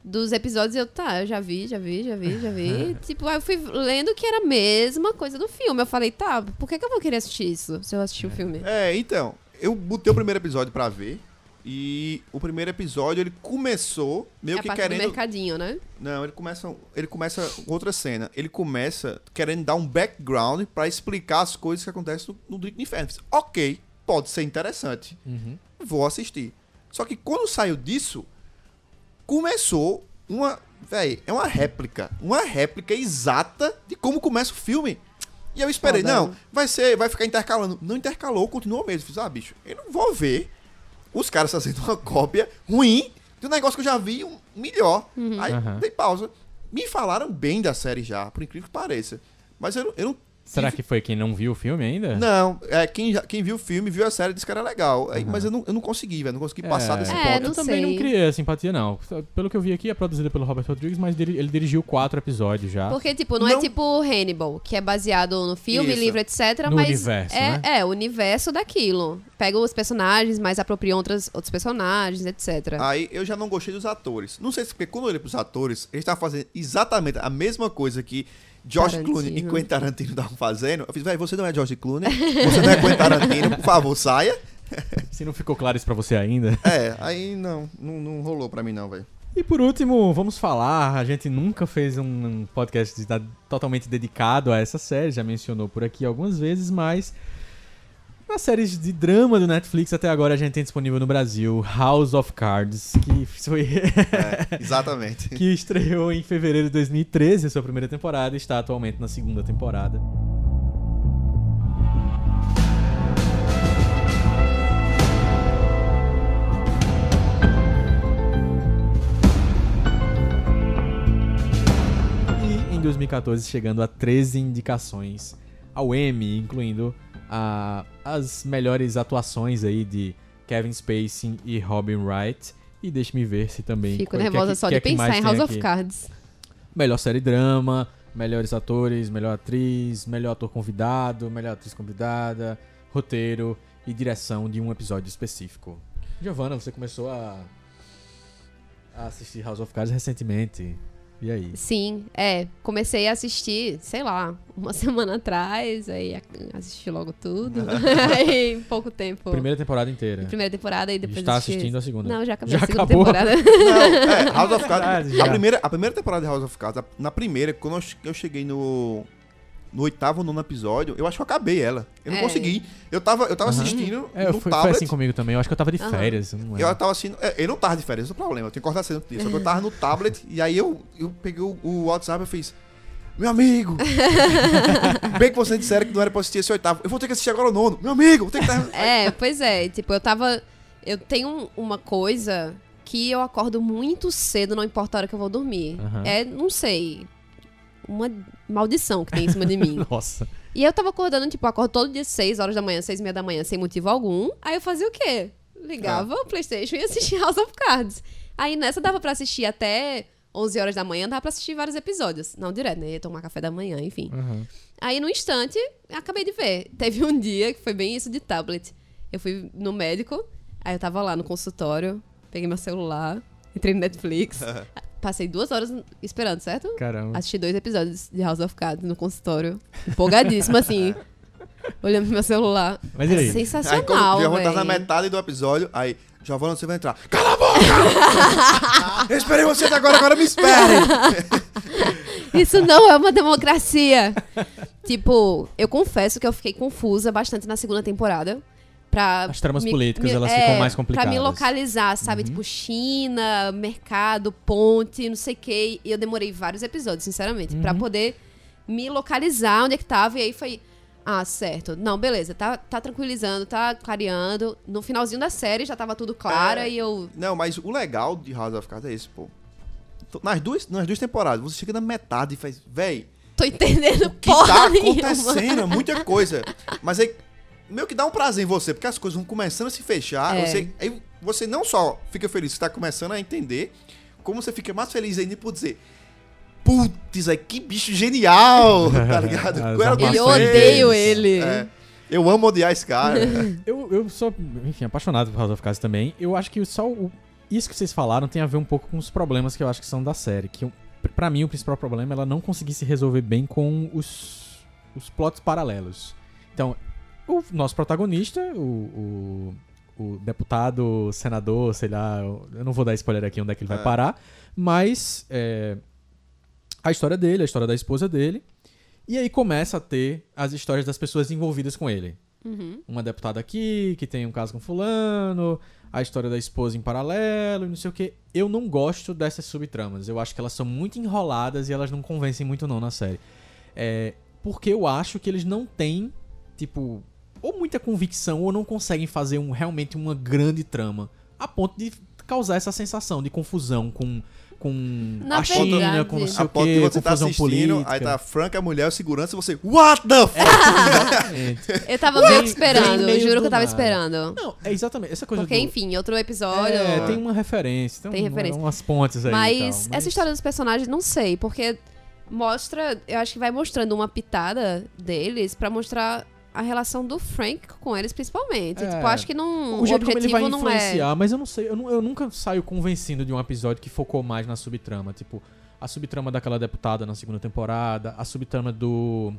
Speaker 4: dos episódios eu, tá, eu já vi, já vi, já vi, já vi. tipo, aí eu fui lendo que era a mesma coisa do filme. Eu falei, tá, por que, que eu vou querer assistir isso se eu assistir o filme?
Speaker 3: É, então, eu botei o primeiro episódio pra ver. E o primeiro episódio ele começou meio
Speaker 4: é a
Speaker 3: que
Speaker 4: parte do
Speaker 3: querendo.
Speaker 4: mercadinho, né?
Speaker 3: Não, ele começa, ele começa outra cena. Ele começa querendo dar um background pra explicar as coisas que acontecem no, no Drink do Inferno. Ok, pode ser interessante. Vou assistir. Só que quando saiu disso, começou uma. Véi, é uma réplica. Uma réplica exata de como começa o filme. E eu esperei,
Speaker 4: Foda. né?
Speaker 3: não, vai ser, vai ficar intercalando. Não intercalou, continuou mesmo. Fiz, ah, bicho, eu não vou ver os caras fazendo uma cópia ruim de um negócio que eu já vi um melhor.
Speaker 4: Uhum.
Speaker 3: Aí
Speaker 2: Aham.
Speaker 3: dei pausa. Me falaram bem da série já, por incrível que pareça. Mas eu, não- eu não.
Speaker 2: Será que foi quem não viu o filme ainda?
Speaker 3: Não, é, quem, já- quem viu o filme, viu a série, disse que era legal. Aí, Mas eu não, eu não consegui, velho. Não consegui passar desse
Speaker 4: É,
Speaker 3: ponto.
Speaker 4: não
Speaker 2: eu também
Speaker 4: sei.
Speaker 2: não criei a simpatia, não. Pelo que eu vi aqui, é produzida pelo Robert Rodrigues, mas diri- ele dirigiu quatro episódios já.
Speaker 4: Porque, tipo, não, é
Speaker 3: Não-
Speaker 4: tipo Hannibal, que é baseado no filme,
Speaker 3: Isso.
Speaker 4: livro, etc.
Speaker 2: No
Speaker 4: mas
Speaker 2: universo,
Speaker 4: é,
Speaker 2: né?
Speaker 4: é, o universo daquilo. Pega os personagens, mas apropria outras, outros personagens, etc.
Speaker 2: Ah,
Speaker 3: Aí eu já não gostei dos atores. Não sei se porque quando eu olhei pros atores, eles estavam fazendo exatamente a mesma coisa que George
Speaker 4: Tarantino.
Speaker 3: Clooney e Quentin Tarantino estavam fazendo. Eu fiz, velho, você não é George Clooney, você não é Quentin Tarantino, por favor, saia.
Speaker 2: Se não ficou claro isso pra você ainda.
Speaker 3: É, aí não, não, não rolou pra mim não, velho.
Speaker 2: E por último, vamos falar. A gente nunca fez um- um podcast de- da- totalmente dedicado a essa série, já mencionou por aqui algumas vezes, mas. Nas séries de drama do Netflix, até agora a gente tem disponível no Brasil House of Cards, que foi
Speaker 3: É. Exatamente.
Speaker 2: que estreou em fevereiro de 2013, a sua primeira temporada, e está atualmente na segunda temporada. E em 2014, chegando a 13 indicações ao Emmy, incluindo a- as melhores atuações aí de Kevin Spacey e Robin Wright. E deixe-me ver se também...
Speaker 4: Fico
Speaker 2: qual- que é
Speaker 4: nervosa
Speaker 2: que-
Speaker 4: só
Speaker 2: que
Speaker 4: de
Speaker 2: é que
Speaker 4: pensar
Speaker 2: mais
Speaker 4: em
Speaker 2: tem
Speaker 4: House
Speaker 2: aqui?
Speaker 4: of Cards.
Speaker 2: Melhor série drama, melhores atores, melhor atriz, melhor ator convidado, melhor atriz convidada, roteiro e direção de um episódio específico. Giovanna, você começou a, a assistir House of Cards recentemente. E aí?
Speaker 4: Sim, é. Comecei a assistir, sei lá, uma semana atrás, aí a- assisti logo tudo. aí, em pouco tempo.
Speaker 2: Primeira temporada inteira.
Speaker 4: Primeira temporada e depois
Speaker 2: está
Speaker 4: assisti-
Speaker 2: assistindo a segunda.
Speaker 4: Não, já acabei
Speaker 2: Já
Speaker 4: a segunda
Speaker 2: acabou?
Speaker 4: temporada.
Speaker 3: Não, é, House of Cards.
Speaker 2: Verdade, já.
Speaker 3: A primeira, a primeira temporada de House of Cards, a- na primeira, quando eu che- eu cheguei no. No oitavo ou nono episódio, eu acho que eu acabei ela. Eu não
Speaker 4: É.
Speaker 3: consegui. Eu tava, eu tava assistindo
Speaker 2: É,
Speaker 3: no
Speaker 2: foi, foi
Speaker 3: tablet.
Speaker 2: assim comigo também. Eu acho que eu tava de férias. eu não lembro.
Speaker 3: Eu tava assim. é, Eu não tava de férias, esse é o problema. Eu tenho que cortar cena disso. Só que eu tava no tablet e aí eu, eu peguei o, o WhatsApp e fiz. Meu amigo! Bem que vocês disseram que não era pra assistir esse oitavo. Eu vou ter que assistir agora o nono. Meu amigo, vou ter que ter...
Speaker 4: É, pois é. Tipo, eu tava. Eu tenho um- uma coisa que eu acordo muito cedo, não importa a hora que eu vou dormir.
Speaker 2: Aham.
Speaker 4: É, não sei. Uma maldição que tem em cima de mim.
Speaker 2: Nossa.
Speaker 4: E eu tava acordando, tipo, eu acordo todo dia 6 horas da manhã, 6 e meia da manhã, sem motivo algum. Aí eu fazia o quê? Ligava o PlayStation e assistia House of Cards. Aí nessa dava pra assistir até 11 horas da manhã, dava pra assistir vários episódios. Não direto, né? Ia tomar café da manhã, enfim. Aí, no instante, acabei de ver. Teve um dia que foi bem isso de tablet. Eu fui no médico, aí eu tava lá no consultório, peguei meu celular, entrei no Netflix. passei duas horas esperando, certo?
Speaker 2: Caramba.
Speaker 4: Assisti dois episódios de House of Cards no consultório. Empolgadíssima, assim. Olhando pro meu celular.
Speaker 2: Mas e aí?
Speaker 4: É
Speaker 3: Aí quando
Speaker 4: sensacional,
Speaker 3: o Giovanna
Speaker 4: velho.
Speaker 3: tava na metade do episódio, aí, Giovanna, você vai entrar. Cala a boca! eu esperei você até agora, agora me espere!
Speaker 4: Isso não é uma democracia. tipo, eu confesso que eu fiquei confusa bastante na segunda temporada. Pra é,
Speaker 2: As tramas políticas, elas ficam mais
Speaker 4: Pra me
Speaker 2: complicadas. Uhum.
Speaker 4: localizar, sabe? Tipo, China, mercado, ponte, não sei o quê. E eu demorei vários episódios, sinceramente,
Speaker 2: Uhum.
Speaker 4: pra poder me localizar onde é que tava. E aí foi. Ah, certo. Não, beleza. Tá, tá tranquilizando, tá clareando. No finalzinho da série já tava tudo claro
Speaker 3: É.
Speaker 4: e eu.
Speaker 3: Não, mas o legal de House of Cards é esse, pô. Então, Nas duas, nas duas temporadas, você chega na metade e faz, véi,
Speaker 4: Tô entendendo
Speaker 3: que
Speaker 4: porra
Speaker 3: tá
Speaker 4: nenhuma.
Speaker 3: acontecendo? É muita coisa. Mas aí, meio que dá um prazer em você, porque as coisas vão começando a se fechar.
Speaker 4: É.
Speaker 3: Você, aí você não só fica feliz, você tá começando a entender, como você fica mais feliz ainda por dizer. Putz, aí, que bicho genial! Tá ligado?
Speaker 2: As
Speaker 3: Qual era o que
Speaker 4: E eu
Speaker 2: Nossa,
Speaker 3: fez?
Speaker 4: odeio
Speaker 2: é.
Speaker 4: ele.
Speaker 3: É, eu amo odiar esse cara.
Speaker 2: Eu, eu sou, enfim, apaixonado por House of Cards também. Eu acho que só o- isso que vocês falaram tem a ver um pouco com os problemas que eu acho que são da série. Que, eu- pra mim, o principal problema é ela não conseguir se resolver bem com os, os plots paralelos. Então, o nosso protagonista, o, o, o deputado, senador, sei lá, eu não vou dar spoiler aqui onde é que ele vai
Speaker 3: É.
Speaker 2: parar, mas é, a história dele, a história da esposa dele, e aí começa a ter as histórias das pessoas envolvidas com ele
Speaker 4: Uhum.
Speaker 2: uma deputada aqui, que tem um caso com fulano, a história da esposa em paralelo, e não sei o que. Eu não gosto dessas subtramas. Eu acho que elas são muito enroladas e elas não convencem muito não na série. É, porque eu acho que eles não têm, tipo, ou muita convicção ou não conseguem fazer um, realmente uma grande trama a ponto de causar essa sensação de confusão com com
Speaker 4: Na
Speaker 2: a China,
Speaker 4: verdade.
Speaker 2: com não sei
Speaker 3: A
Speaker 2: o
Speaker 3: ponto de
Speaker 2: que,
Speaker 3: você tá
Speaker 2: confusão
Speaker 3: assistindo,
Speaker 2: política.
Speaker 3: aí tá a Franca, a mulher, o segurança, e você. What the f?
Speaker 4: Eu tava meio que
Speaker 2: Vem
Speaker 4: esperando,
Speaker 2: meio
Speaker 4: juro
Speaker 2: do
Speaker 4: que eu
Speaker 2: nada.
Speaker 4: tava esperando.
Speaker 2: Não, é exatamente essa coisa
Speaker 4: Porque,
Speaker 2: do-
Speaker 4: enfim, outro episódio.
Speaker 2: É, tem uma referência. Tem,
Speaker 4: Tem
Speaker 2: um-
Speaker 4: referência.
Speaker 2: umas pontes aí. e
Speaker 4: mas,
Speaker 2: tal,
Speaker 4: essa história dos personagens, não sei, porque mostra. Eu acho que vai mostrando uma pitada deles pra mostrar a relação do Frank com eles, principalmente.
Speaker 2: É.
Speaker 4: Tipo, eu acho que não.
Speaker 2: O jeito como ele
Speaker 4: objetivo
Speaker 2: vai
Speaker 4: não é.
Speaker 2: influenciar, mas eu não sei, eu, nu- eu nunca saio convencido de um episódio que focou mais na subtrama. Tipo, a subtrama daquela deputada na segunda temporada, a subtrama do.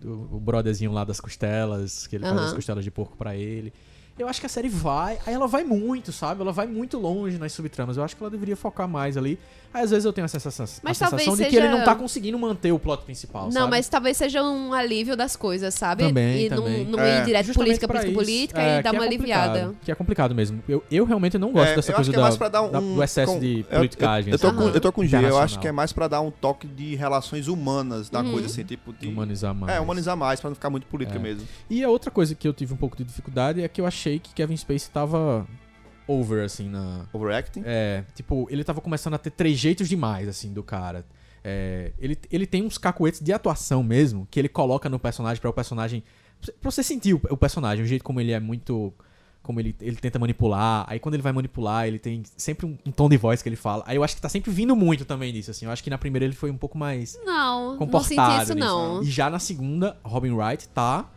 Speaker 2: do o brotherzinho lá das costelas, que ele faz
Speaker 4: Aham.
Speaker 2: as costelas de porco pra ele. Eu acho que a série vai, aí ela vai muito, sabe? Ela vai muito longe nas subtramas. Eu acho que ela deveria focar mais ali. Aí às vezes eu tenho essa sensação, a
Speaker 4: Mas
Speaker 2: sensação
Speaker 4: talvez
Speaker 2: de que ele
Speaker 4: seja-
Speaker 2: não tá conseguindo manter o plot principal,
Speaker 4: Não,
Speaker 2: sabe?
Speaker 4: mas talvez seja um alívio das coisas, sabe?
Speaker 2: Também,
Speaker 4: e não-
Speaker 2: também.
Speaker 4: não,
Speaker 3: É.
Speaker 4: ir direto
Speaker 2: Justamente
Speaker 4: política,
Speaker 2: pra
Speaker 4: política,
Speaker 2: isso,
Speaker 4: política
Speaker 2: é,
Speaker 4: e dar
Speaker 2: que é
Speaker 4: uma
Speaker 2: complicado,
Speaker 4: aliviada.
Speaker 2: Que é complicado mesmo. Eu, eu realmente não gosto
Speaker 3: É,
Speaker 2: dessa
Speaker 3: eu
Speaker 2: coisa
Speaker 3: acho que
Speaker 2: da-
Speaker 3: é mais pra dar
Speaker 2: da-
Speaker 3: um-
Speaker 2: do excesso
Speaker 3: com-
Speaker 2: de
Speaker 3: eu-
Speaker 2: politicagem.
Speaker 3: Eu tô
Speaker 2: assim,
Speaker 3: com, eu tô com G, eu acho
Speaker 2: internacional.
Speaker 3: que é mais pra dar um toque de relações humanas da
Speaker 4: Uhum.
Speaker 3: coisa, assim, tipo de...
Speaker 2: Humanizar mais.
Speaker 3: É, humanizar mais, pra não ficar muito política
Speaker 2: É.
Speaker 3: mesmo.
Speaker 2: E a outra coisa que eu tive um pouco de dificuldade é que eu achei que Kevin Spacey tava over, assim, na...
Speaker 3: Overacting.
Speaker 2: É, tipo, ele tava começando a ter trejeitos demais, assim, do cara. É, ele, ele tem uns cacoetes de atuação mesmo, que ele coloca no personagem pra o personagem... Pra você sentir o, o personagem, o jeito como ele é muito... Como ele, ele tenta manipular. Aí quando ele vai manipular, ele tem sempre um, um tom de voz que ele fala. Aí eu acho que tá sempre vindo muito também disso, assim. Eu acho que na primeira ele foi um pouco mais
Speaker 4: Não, não senti
Speaker 2: comportado.
Speaker 4: isso,
Speaker 2: nisso.
Speaker 4: não.
Speaker 2: E já na segunda, Robin Wright tá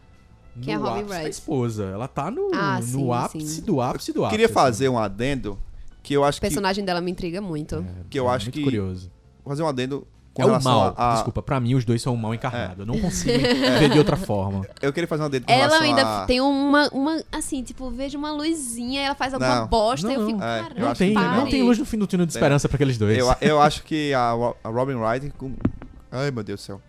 Speaker 2: no
Speaker 4: Quem é Robin
Speaker 2: ápice da
Speaker 4: Wright?
Speaker 2: esposa. Ela tá no,
Speaker 4: Ah,
Speaker 2: no
Speaker 4: sim,
Speaker 2: ápice
Speaker 4: sim.
Speaker 2: do ápice do ápice.
Speaker 3: Queria
Speaker 2: assim.
Speaker 3: fazer um adendo que eu acho
Speaker 4: O
Speaker 3: que...
Speaker 4: personagem dela me intriga muito.
Speaker 3: que eu
Speaker 2: É
Speaker 3: acho
Speaker 2: muito
Speaker 3: que-
Speaker 2: curioso.
Speaker 3: Fazer um adendo com
Speaker 2: é o
Speaker 3: relação
Speaker 2: mal.
Speaker 3: a... É. a-
Speaker 2: Desculpa, pra mim os dois são o mal encarnado. Eu não consigo ver de outra forma.
Speaker 3: Eu queria fazer um adendo com
Speaker 4: Ela
Speaker 3: relação
Speaker 4: ainda
Speaker 3: a...
Speaker 4: tem uma, uma, assim, tipo, vejo uma luzinha, ela faz alguma
Speaker 3: Não.
Speaker 4: bosta e eu
Speaker 2: Não,
Speaker 4: fico,
Speaker 2: não.
Speaker 3: É, eu
Speaker 4: caramba,
Speaker 2: Não
Speaker 3: acho que
Speaker 2: tem,
Speaker 3: também
Speaker 4: pare.
Speaker 2: não tem luz no fim do túnel de esperança pra aqueles dois.
Speaker 3: Eu, eu acho que a, Ro- a Robin Wright... Com... Ai, meu Deus do céu.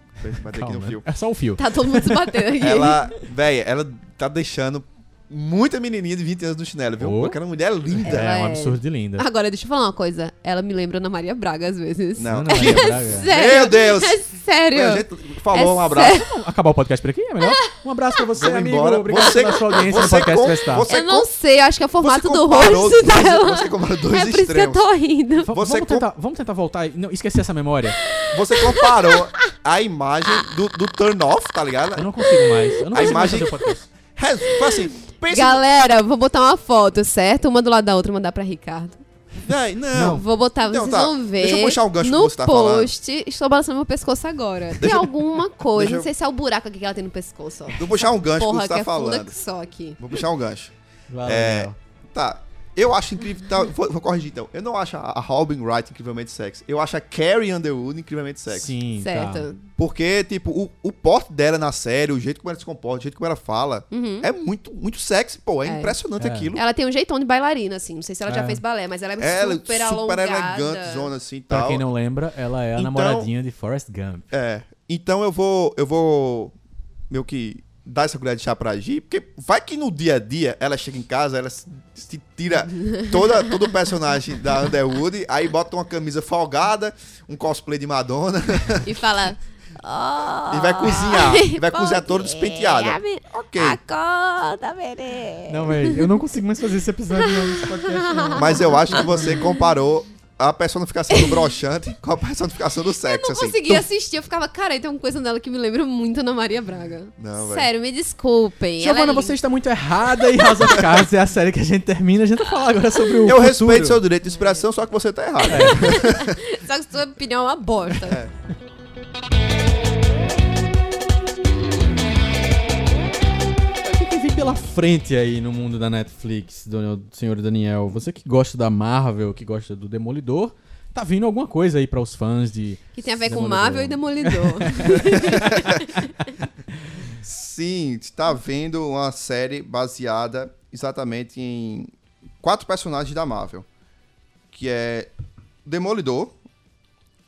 Speaker 3: Batei aqui no
Speaker 2: Calma,
Speaker 3: fio.
Speaker 2: É só um fio.
Speaker 4: Tá todo mundo se batendo aqui.
Speaker 3: Ela, véia, ela tá deixando muita menininha de 20 anos no chinelo, viu?
Speaker 2: Oh.
Speaker 3: Aquela mulher linda.
Speaker 2: É um
Speaker 4: é-
Speaker 2: absurdo de linda.
Speaker 4: Agora, deixa eu falar uma coisa. Ela me lembra Ana Maria Braga às vezes.
Speaker 3: Não,
Speaker 2: Ana Maria Braga.
Speaker 4: Sério?
Speaker 3: Meu Deus!
Speaker 4: É sério.
Speaker 3: A gente falou,
Speaker 4: É
Speaker 3: um abraço.
Speaker 2: Vamos acabar o podcast por aqui? É melhor? Um abraço pra você,
Speaker 3: Vamos
Speaker 2: amigo.
Speaker 3: embora.
Speaker 2: Obrigado
Speaker 3: Você-
Speaker 2: pela sua audiência no
Speaker 3: você
Speaker 2: podcast
Speaker 3: com-
Speaker 2: Vestar.
Speaker 3: você-
Speaker 4: eu não sei, eu acho que é o formato do
Speaker 3: comparou
Speaker 4: rosto
Speaker 3: dois-
Speaker 4: dela.
Speaker 3: você comparou dois
Speaker 4: é por isso que eu
Speaker 3: extremos.
Speaker 4: tô rindo.
Speaker 2: Va-
Speaker 3: você
Speaker 2: vamos,
Speaker 3: com-
Speaker 2: tentar, vamos tentar voltar e não esquecer essa memória.
Speaker 3: Você comparou a imagem do, do turn off, tá ligado?
Speaker 2: Eu não consigo mais. Eu não
Speaker 3: A
Speaker 2: consigo mais
Speaker 3: imagem-
Speaker 2: fazer o podcast.
Speaker 3: É, foi assim, pensa.
Speaker 4: Galera, vou botar uma foto, certo? Uma do lado da outra, mandar pra Ricardo.
Speaker 3: Véi, não.
Speaker 4: Vou botar,
Speaker 3: Então,
Speaker 4: vocês
Speaker 3: tá.
Speaker 4: vão ver.
Speaker 3: Deixa eu puxar o gancho que
Speaker 4: no
Speaker 3: você tá falando.
Speaker 4: post, estou balançando meu pescoço agora. Tem
Speaker 3: Deixa eu-
Speaker 4: alguma coisa,
Speaker 3: Deixa eu-
Speaker 4: não sei se é o buraco aqui que ela tem no pescoço, ó.
Speaker 3: Vou puxar um gancho que
Speaker 4: Porra,
Speaker 3: você
Speaker 4: que
Speaker 3: tá
Speaker 4: é funda
Speaker 3: falando.
Speaker 4: que só aqui.
Speaker 3: Vou puxar um gancho.
Speaker 2: Vai lá,
Speaker 3: É,
Speaker 2: Daniel.
Speaker 3: Tá. Eu acho incrível. tá, vou, vou corrigir então. Eu não acho a a Robin Wright incrivelmente sexy. Eu acho a Carrie Underwood incrivelmente sexy.
Speaker 2: Sim, tá.
Speaker 4: Certo.
Speaker 3: Porque, tipo, o, o porte dela na série, o jeito como ela se comporta, o jeito como ela fala, é muito, muito sexy, pô. É,
Speaker 4: Uhum. É.
Speaker 3: impressionante
Speaker 2: É.
Speaker 3: aquilo.
Speaker 4: Ela tem um jeitão de bailarina, assim. Não sei se ela
Speaker 2: É.
Speaker 4: já fez balé, mas ela é
Speaker 3: Ela é
Speaker 4: super,
Speaker 3: super
Speaker 4: alongada.
Speaker 3: elegante, zona assim e
Speaker 2: Pra
Speaker 3: tal.
Speaker 2: quem não lembra, ela é a
Speaker 3: Então-
Speaker 2: namoradinha de Forrest Gump.
Speaker 3: É. Então eu vou. Eu vou. Meio que dar essa colher de chá pra agir, porque vai que no dia a dia ela chega em casa, ela se- se tira toda, todo o personagem da Underwood, aí bota uma camisa folgada, um cosplay de Madonna
Speaker 4: E fala. "Oh,
Speaker 3: e vai cozinhar. E vai cozinhar todo despenteada.
Speaker 4: Guilherme,
Speaker 3: Ok.
Speaker 4: Acorda,
Speaker 3: É.
Speaker 4: Berê.
Speaker 2: Não, velho, eu não consigo mais fazer esse episódio no podcast, não.
Speaker 3: Mas eu acho que você comparou a personificação do broxante com a personificação do
Speaker 4: Eu
Speaker 3: sexo,
Speaker 4: não
Speaker 3: assim.
Speaker 4: conseguia assistir, eu ficava, cara, tem uma coisa nela que me lembra muito Ana Maria Braga.
Speaker 3: Não, velho.
Speaker 4: Sério, me desculpem. ela é
Speaker 2: Giovana,
Speaker 4: linda.
Speaker 2: você está muito errada e House of Cards é a série que a gente termina. A gente vai falar agora sobre o
Speaker 3: Eu
Speaker 2: futuro. É.
Speaker 3: respeito seu direito de expressão, só que você tá errado.
Speaker 4: Só que sua opinião é uma bosta.
Speaker 2: O que, que vem pela frente aí no mundo da Netflix, do senhor Daniel? Você que gosta da Marvel, que gosta do Demolidor, tá vindo alguma coisa aí para os fãs de...
Speaker 4: Que tem a ver com
Speaker 2: Demolidor.
Speaker 4: Marvel e Demolidor.
Speaker 3: Sim, está vendo uma série baseada exatamente em quatro personagens da Marvel, que é Demolidor,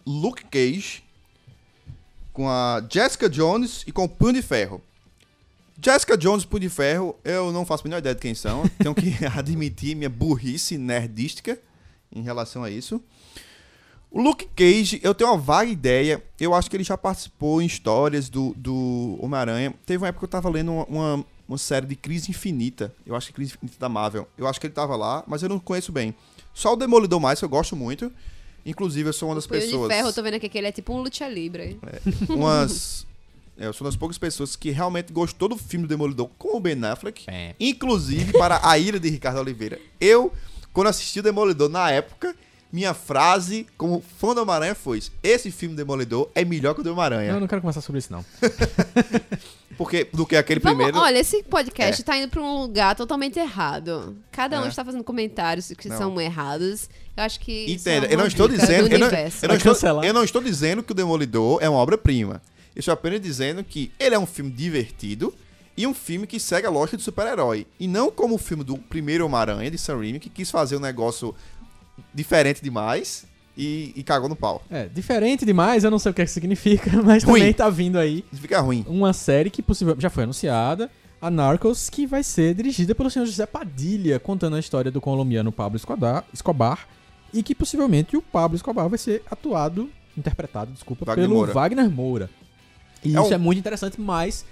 Speaker 3: Luke Cage, com a Jessica Jones e com o Punho de Ferro. Jessica Jones e Punho de Ferro, eu não faço a menor ideia de quem são, tenho que admitir minha burrice nerdística em relação a isso. O Luke Cage, eu tenho uma vaga ideia. Eu acho que ele já participou em histórias do, do Homem-Aranha. Teve uma época que eu tava lendo uma, uma, uma série de Crise Infinita. Eu acho que Crise Infinita da Marvel. Eu acho que ele tava lá, mas eu não conheço bem. Só o Demolidor mais, que eu gosto muito. Inclusive, eu sou uma das
Speaker 4: Punho de
Speaker 3: pessoas. É.
Speaker 4: ferro, eu tô vendo aqui que ele é tipo um lucha livre.
Speaker 3: umas. é, Eu sou uma das poucas pessoas que realmente gostou do filme do Demolidor com o Ben Affleck.
Speaker 2: É.
Speaker 3: Inclusive para a ilha de Ricardo Oliveira. Eu, quando assisti o Demolidor na época, minha frase como fã do Homem-Aranha foi: Esse filme Demolidor é melhor que o do
Speaker 2: Eu
Speaker 3: Homem-Aranha.
Speaker 2: não quero conversar sobre isso, não.
Speaker 3: Porque do que aquele
Speaker 4: Vamos,
Speaker 3: primeiro. É.
Speaker 4: olha, esse podcast tá indo pra um lugar totalmente errado. Cada um está fazendo comentários que
Speaker 3: Não.
Speaker 4: são errados. Eu acho que. isso é
Speaker 3: Entenda,
Speaker 4: uma
Speaker 3: eu não estou
Speaker 4: dica do
Speaker 3: dizendo. Eu não,
Speaker 4: universo.
Speaker 3: eu não
Speaker 2: Vai
Speaker 3: estou,
Speaker 2: cancelar.
Speaker 3: eu não estou dizendo que o Demolidor é uma obra-prima. Eu estou apenas dizendo que ele é um filme divertido e um filme que segue a lógica do super-herói. E não como o filme do primeiro Homem-Aranha, de Sam Raimi, que quis fazer um negócio diferente demais e, e cagou no pau.
Speaker 2: É, diferente demais, eu não sei o que, é que significa, mas
Speaker 3: Ruim.
Speaker 2: também tá vindo aí
Speaker 3: Isso fica ruim.
Speaker 2: uma série que possivelmente já foi anunciada, a Narcos, que vai ser dirigida pelo senhor José Padilha, contando a história do colombiano Pablo Escobar, Escobar e que possivelmente o Pablo Escobar vai ser atuado, interpretado, desculpa,
Speaker 3: Wagner
Speaker 2: pelo
Speaker 3: Moura.
Speaker 2: Wagner Moura. E
Speaker 3: É
Speaker 2: isso
Speaker 3: um-
Speaker 2: é muito interessante, mas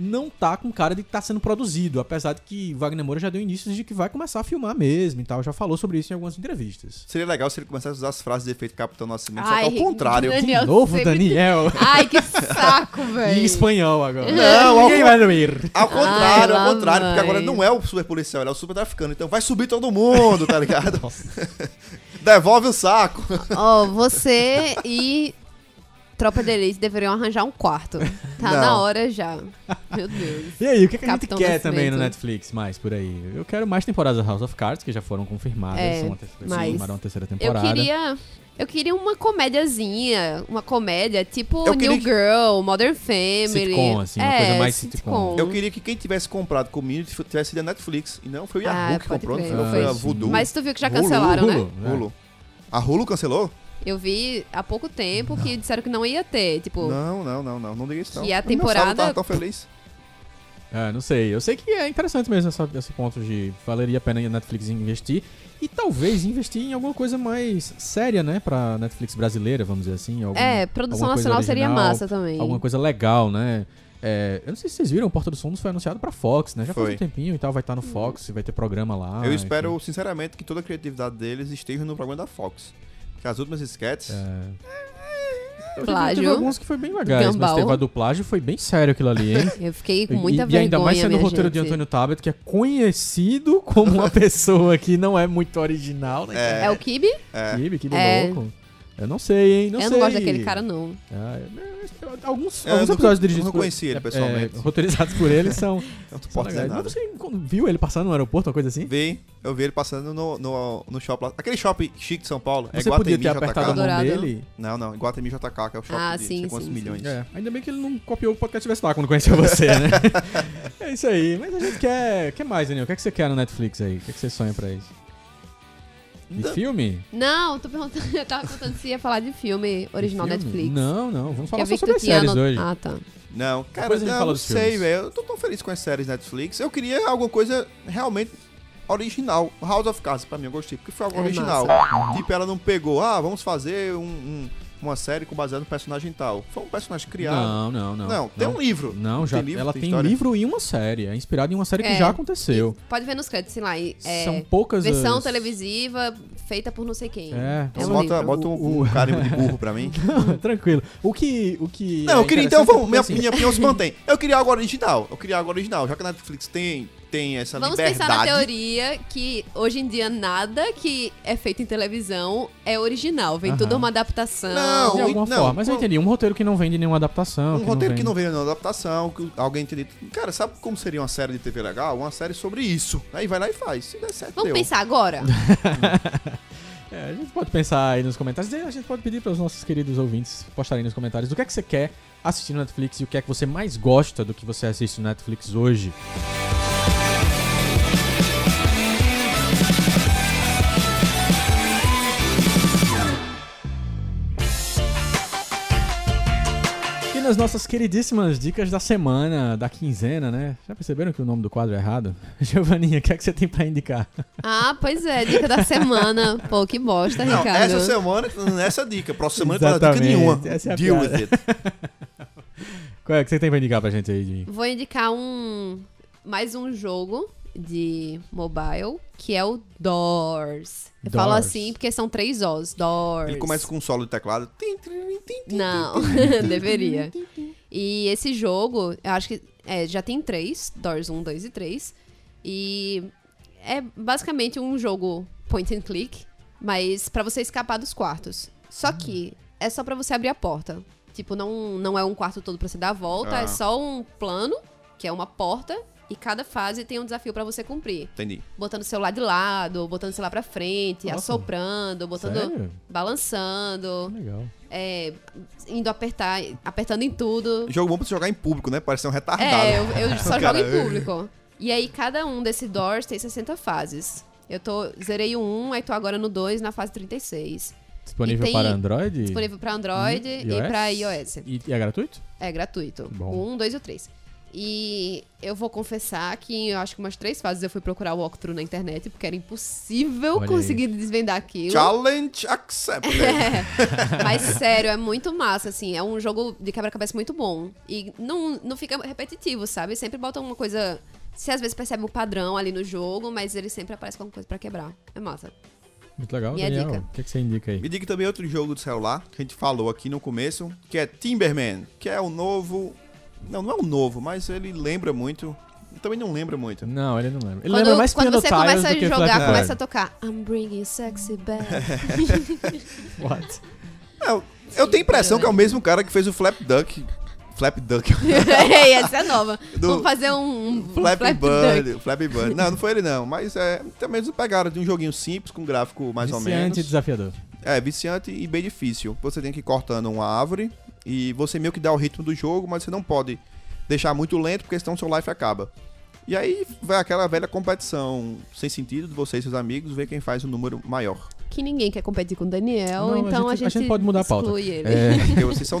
Speaker 2: não tá com cara de que tá sendo produzido, apesar de que Wagner Moura já deu indícios de que vai começar a filmar mesmo e tal, já falou sobre isso em algumas entrevistas.
Speaker 3: Seria legal se ele começasse a usar as frases de efeito Capitão Nascimento,
Speaker 4: Ai,
Speaker 3: só que ao contrário.
Speaker 4: Daniel.
Speaker 2: De novo,
Speaker 4: sempre-
Speaker 2: Daniel!
Speaker 4: Ai, que saco,
Speaker 2: em
Speaker 4: velho.
Speaker 2: espanhol agora.
Speaker 3: Não, ao
Speaker 2: Ninguém vai ler.
Speaker 3: Ao contrário,
Speaker 4: Ai,
Speaker 3: ao contrário, porque agora
Speaker 4: mamãe.
Speaker 3: não é o super policial, ele é o super traficante. Então vai subir todo mundo, tá ligado? Devolve o saco.
Speaker 4: Ó, você e Tropa de Elite deveriam arranjar um quarto. Tá
Speaker 3: Não.
Speaker 4: na hora já. Meu Deus.
Speaker 2: E aí, o que, que a gente
Speaker 4: Capitão
Speaker 2: quer
Speaker 4: Nascimento.
Speaker 2: também no Netflix mais por aí? Eu quero mais temporadas da House of Cards, que já foram confirmadas,
Speaker 4: É,
Speaker 2: são uma terceira,
Speaker 4: mas
Speaker 2: confirmaram uma terceira
Speaker 4: Eu
Speaker 2: temporada.
Speaker 4: queria. Eu queria uma comédiazinha, uma comédia tipo
Speaker 3: Eu queria
Speaker 4: New
Speaker 3: que-
Speaker 4: Girl, Modern Family. É,
Speaker 2: Sitcom, assim, uma coisa mais sitcom.
Speaker 3: Eu queria que quem tivesse comprado Community f- tivesse sido a Netflix. E não foi o
Speaker 4: Ah,
Speaker 3: Yahoo que
Speaker 4: pode
Speaker 3: comprou,
Speaker 4: crer.
Speaker 3: não foi a
Speaker 2: Ah, sim.
Speaker 3: Voodoo.
Speaker 4: Mas tu viu que já
Speaker 2: Hulu,
Speaker 4: cancelaram, né?
Speaker 2: Hulu, né?
Speaker 3: Hulu. A Hulu cancelou?
Speaker 4: Eu vi há pouco tempo que disseram que não ia ter, tipo,
Speaker 3: Não, não, não, não. Não diga isso não.
Speaker 4: E a
Speaker 3: Eu não
Speaker 4: temporada-
Speaker 3: tava- tava tão feliz.
Speaker 2: É, não sei. Eu sei que é interessante mesmo essa- esse ponto de valeria a pena a Netflix investir. E talvez investir em alguma coisa mais séria, né? Pra Netflix brasileira, vamos dizer assim. algum-
Speaker 4: É, produção
Speaker 2: alguma coisa
Speaker 4: nacional seria
Speaker 2: original,
Speaker 4: massa também.
Speaker 2: Alguma coisa legal, né? É, eu não sei se vocês viram, Porta dos Fundos foi anunciado pra Fox, né? Já faz
Speaker 3: Foi.
Speaker 2: um tempinho e tal, vai estar no Fox, vai ter programa lá.
Speaker 3: Eu
Speaker 2: enfim.
Speaker 3: espero, sinceramente, que toda a criatividade deles esteja no programa da Fox. Porque as últimas sketches...
Speaker 2: É. Eu
Speaker 4: Plágio.
Speaker 2: Teve alguns que foi bem legais, mas
Speaker 4: Gambau.
Speaker 2: teve a do plágio, foi bem sério aquilo ali, hein?
Speaker 4: eu fiquei com
Speaker 2: E-
Speaker 4: muita
Speaker 2: e,
Speaker 4: vergonha,
Speaker 2: ainda mais sendo o
Speaker 4: minha
Speaker 2: roteiro de
Speaker 4: gente.
Speaker 2: Antônio Tabet, que é conhecido como uma pessoa que não é muito original, né?
Speaker 4: É o Kibe?
Speaker 2: Que, que
Speaker 4: É.
Speaker 2: louco. Eu não sei, hein? Não
Speaker 4: eu
Speaker 2: sei.
Speaker 4: não gosto daquele cara, não.
Speaker 2: Ah, eu- eu- alguns
Speaker 3: É, eu
Speaker 2: alguns
Speaker 3: nunca-
Speaker 2: episódios dirigidos
Speaker 3: nunca
Speaker 2: por-
Speaker 3: conheci ele
Speaker 2: é,
Speaker 3: pessoalmente.
Speaker 2: é, roteirizados por ele são.
Speaker 3: Eu não
Speaker 2: são
Speaker 3: posso dizer
Speaker 2: legais.
Speaker 3: nada.
Speaker 2: é Mas você viu ele passar no aeroporto, uma coisa assim?
Speaker 3: Vi, eu vi ele passando no, no, no shopping lá. Aquele shopping chique de São Paulo. é
Speaker 2: Você podia
Speaker 3: Guatemi
Speaker 2: ter apertado a
Speaker 3: JK.
Speaker 2: mão
Speaker 4: Dourado.
Speaker 2: dele.
Speaker 3: Não, não. Guatemi JK, que é o shopping
Speaker 4: Ah,
Speaker 3: de
Speaker 4: sim,
Speaker 3: não sei quantos
Speaker 4: sim, sim.
Speaker 3: milhões.
Speaker 2: É, ainda bem que ele não copiou o podcast Vestar quando conheceu você, né? é isso aí. Mas a gente quer. O que mais, Daniel? O que, é que você quer no Netflix aí? O que, é que você sonha pra isso? De filme?
Speaker 4: Não, tô perguntando, eu tava perguntando se ia falar de filme
Speaker 2: De
Speaker 4: original
Speaker 2: filme?
Speaker 4: Netflix.
Speaker 2: Não, não. Vamos
Speaker 4: Que
Speaker 2: falar
Speaker 4: eu
Speaker 2: só
Speaker 4: vi que
Speaker 2: sobre
Speaker 4: tu
Speaker 2: as
Speaker 4: tinha
Speaker 2: séries
Speaker 4: anot-
Speaker 2: hoje.
Speaker 4: Ah, tá.
Speaker 3: Não, cara,
Speaker 2: a gente
Speaker 3: eu
Speaker 2: fala
Speaker 3: não
Speaker 2: dos
Speaker 3: sei,
Speaker 2: filmes.
Speaker 3: velho. Eu tô tão feliz com as séries Netflix. Eu queria alguma coisa realmente original. House of Cards, pra mim, eu gostei, porque foi algo
Speaker 4: É
Speaker 3: original. Tipo, ela não pegou, ah, vamos fazer um- um- uma série com baseado no personagem tal. Foi um personagem criado.
Speaker 2: Não, não, não.
Speaker 3: Não, tem um livro.
Speaker 2: Não,
Speaker 3: Tem
Speaker 2: já,
Speaker 3: livro,
Speaker 2: ela
Speaker 3: tem
Speaker 2: tem, um
Speaker 3: história.
Speaker 2: livro e uma série. É inspirada em uma série que
Speaker 4: É.
Speaker 2: já aconteceu.
Speaker 4: Pode ver nos créditos, sei lá. e- É,
Speaker 2: São poucas
Speaker 4: Versão
Speaker 2: as-
Speaker 4: televisiva feita por não sei quem.
Speaker 2: É.
Speaker 4: é
Speaker 3: Então
Speaker 4: um
Speaker 3: bota,
Speaker 4: livro.
Speaker 3: bota um, um carimbo de burro pra mim.
Speaker 2: Tranquilo. O que. O que
Speaker 3: Não,
Speaker 2: é
Speaker 3: eu queria
Speaker 2: interessante
Speaker 3: então,
Speaker 2: é
Speaker 3: vamos,
Speaker 2: porque,
Speaker 3: minha,
Speaker 2: assim,
Speaker 3: minha opinião se mantém. Eu queria algo original. Eu queria algo original, já que a Netflix tem, tem essa
Speaker 4: Vamos
Speaker 3: liberdade.
Speaker 4: pensar na teoria que hoje em dia nada que é feito em televisão é original. Vem
Speaker 2: Aham.
Speaker 4: tudo uma adaptação.
Speaker 3: Não,
Speaker 2: De alguma
Speaker 3: não,
Speaker 2: forma. Mas eu
Speaker 3: um-
Speaker 2: entendi. Um roteiro que não vem de nenhuma adaptação.
Speaker 3: Um roteiro que
Speaker 2: vem-
Speaker 3: não veio na adaptação, que alguém entendeu. Cara, sabe como seria uma série de TV legal? Uma série sobre isso. Aí vai lá e faz. Se der certo,
Speaker 4: Vamos
Speaker 3: deu.
Speaker 4: pensar agora?
Speaker 2: É, a gente pode pensar aí nos comentários. E a gente pode pedir para os nossos queridos ouvintes postarem nos comentários o que é que você quer assistir no Netflix e o que é que você mais gosta do que você assiste no Netflix hoje. E nas nossas queridíssimas dicas da semana, da quinzena, né? Já perceberam que o nome do quadro é errado? Giovaninha, o que é que você tem pra indicar?
Speaker 4: ah, pois é, dica da semana. Pô, que bosta,
Speaker 3: Não,
Speaker 4: Ricardo.
Speaker 3: essa semana, nessa dica. Próxima semana não dá dica
Speaker 2: Exatamente,
Speaker 3: nenhuma.
Speaker 2: essa é a
Speaker 3: Deal
Speaker 2: piada.
Speaker 3: with it.
Speaker 2: Qual é que você tem pra indicar pra gente aí, de
Speaker 4: Vou indicar um mais um jogo de mobile que é o Doors. Eu falo
Speaker 2: Doors.
Speaker 4: assim porque são três O's. Doors.
Speaker 2: É
Speaker 3: Ele começa com um solo de teclado. Tim, tim, tim, tim.
Speaker 4: Não, deveria. E esse jogo, eu acho que é, já tem três, Doors 1, 2 e 3. E é basicamente um jogo point and click, mas pra você escapar dos quartos. Só
Speaker 2: Uhum.
Speaker 4: que é só pra você abrir a porta. Tipo, não, não é um quarto todo pra você dar a volta,
Speaker 3: Ah.
Speaker 4: é só um plano, que é uma porta, e cada fase tem um desafio pra você cumprir.
Speaker 3: Entendi.
Speaker 4: Botando o celular de lado, botando o celular pra frente,
Speaker 2: Nossa.
Speaker 4: assoprando, botando.
Speaker 2: Sério?
Speaker 4: balançando
Speaker 2: Legal.
Speaker 4: é, indo apertar, apertando em tudo.
Speaker 3: Jogo bom pra você jogar em público, né? Parece ser um retardado.
Speaker 4: É, eu, eu só jogo
Speaker 3: Cara,
Speaker 4: em público. E aí, cada um desse Doors tem 60 fases. Eu tô, zerei o 1, aí tô agora no 2, na fase 36.
Speaker 2: Disponível
Speaker 4: E tem-
Speaker 2: para Android? Hum?
Speaker 4: Disponível pra Android e pra iOS.
Speaker 2: E, e é gratuito?
Speaker 4: É gratuito.
Speaker 2: Bom.
Speaker 4: O 1, 2 e o 3. E eu vou confessar que eu acho que umas três fases eu fui procurar o walkthrough na internet, porque era impossível
Speaker 2: Olha aí.
Speaker 4: conseguir desvendar aquilo.
Speaker 3: Challenge accepted.
Speaker 4: Mas sério, é muito massa, assim. É um jogo de quebra-cabeça muito bom. E não, não fica repetitivo, sabe? Sempre bota uma coisa. Você às vezes percebe um padrão ali no jogo, mas ele sempre aparece com alguma coisa pra quebrar. É massa.
Speaker 2: Muito legal,
Speaker 4: Minha
Speaker 2: Daniel.
Speaker 4: dica.
Speaker 2: O que, é que você indica aí?
Speaker 3: Me diga também outro jogo de celular que a gente falou aqui no começo, que é Timberman, que é o novo. Não, não é o novo, mas ele lembra muito. Também não lembra muito.
Speaker 2: Não, ele não lembra. Ele
Speaker 4: quando
Speaker 2: lembra mais
Speaker 4: quando
Speaker 2: Pinot
Speaker 4: você começa
Speaker 2: Tiles
Speaker 4: a
Speaker 2: do que
Speaker 4: jogar,
Speaker 2: Flappy
Speaker 4: começa a tocar I'm bringing sexy back.
Speaker 2: Bird. What?
Speaker 3: Não, É, eu tenho a impressão que é o mesmo cara que fez o Flap Duck. Flap Duck.
Speaker 4: Ei, Essa é nova.
Speaker 3: Do-
Speaker 4: Vamos fazer um, um
Speaker 3: Flap
Speaker 4: Flappy Duck.
Speaker 3: Bird. Flap Bird. Não, não foi ele não. Mas é. Também eles pegaram de um joguinho simples, com gráfico mais ou menos.
Speaker 2: Viciante e desafiador.
Speaker 3: É, viciante e bem difícil. Você tem que ir cortando uma árvore e você meio que dá o ritmo do jogo, mas você não pode deixar muito lento, porque senão seu life acaba. E aí vai aquela velha competição sem sentido de você e seus amigos, ver quem faz o número maior.
Speaker 4: Que ninguém quer competir com o Daniel,
Speaker 2: Não,
Speaker 4: então
Speaker 2: a gente- a gente pode mudar a pauta.
Speaker 4: exclui ele.
Speaker 2: É,
Speaker 3: Porque vocês são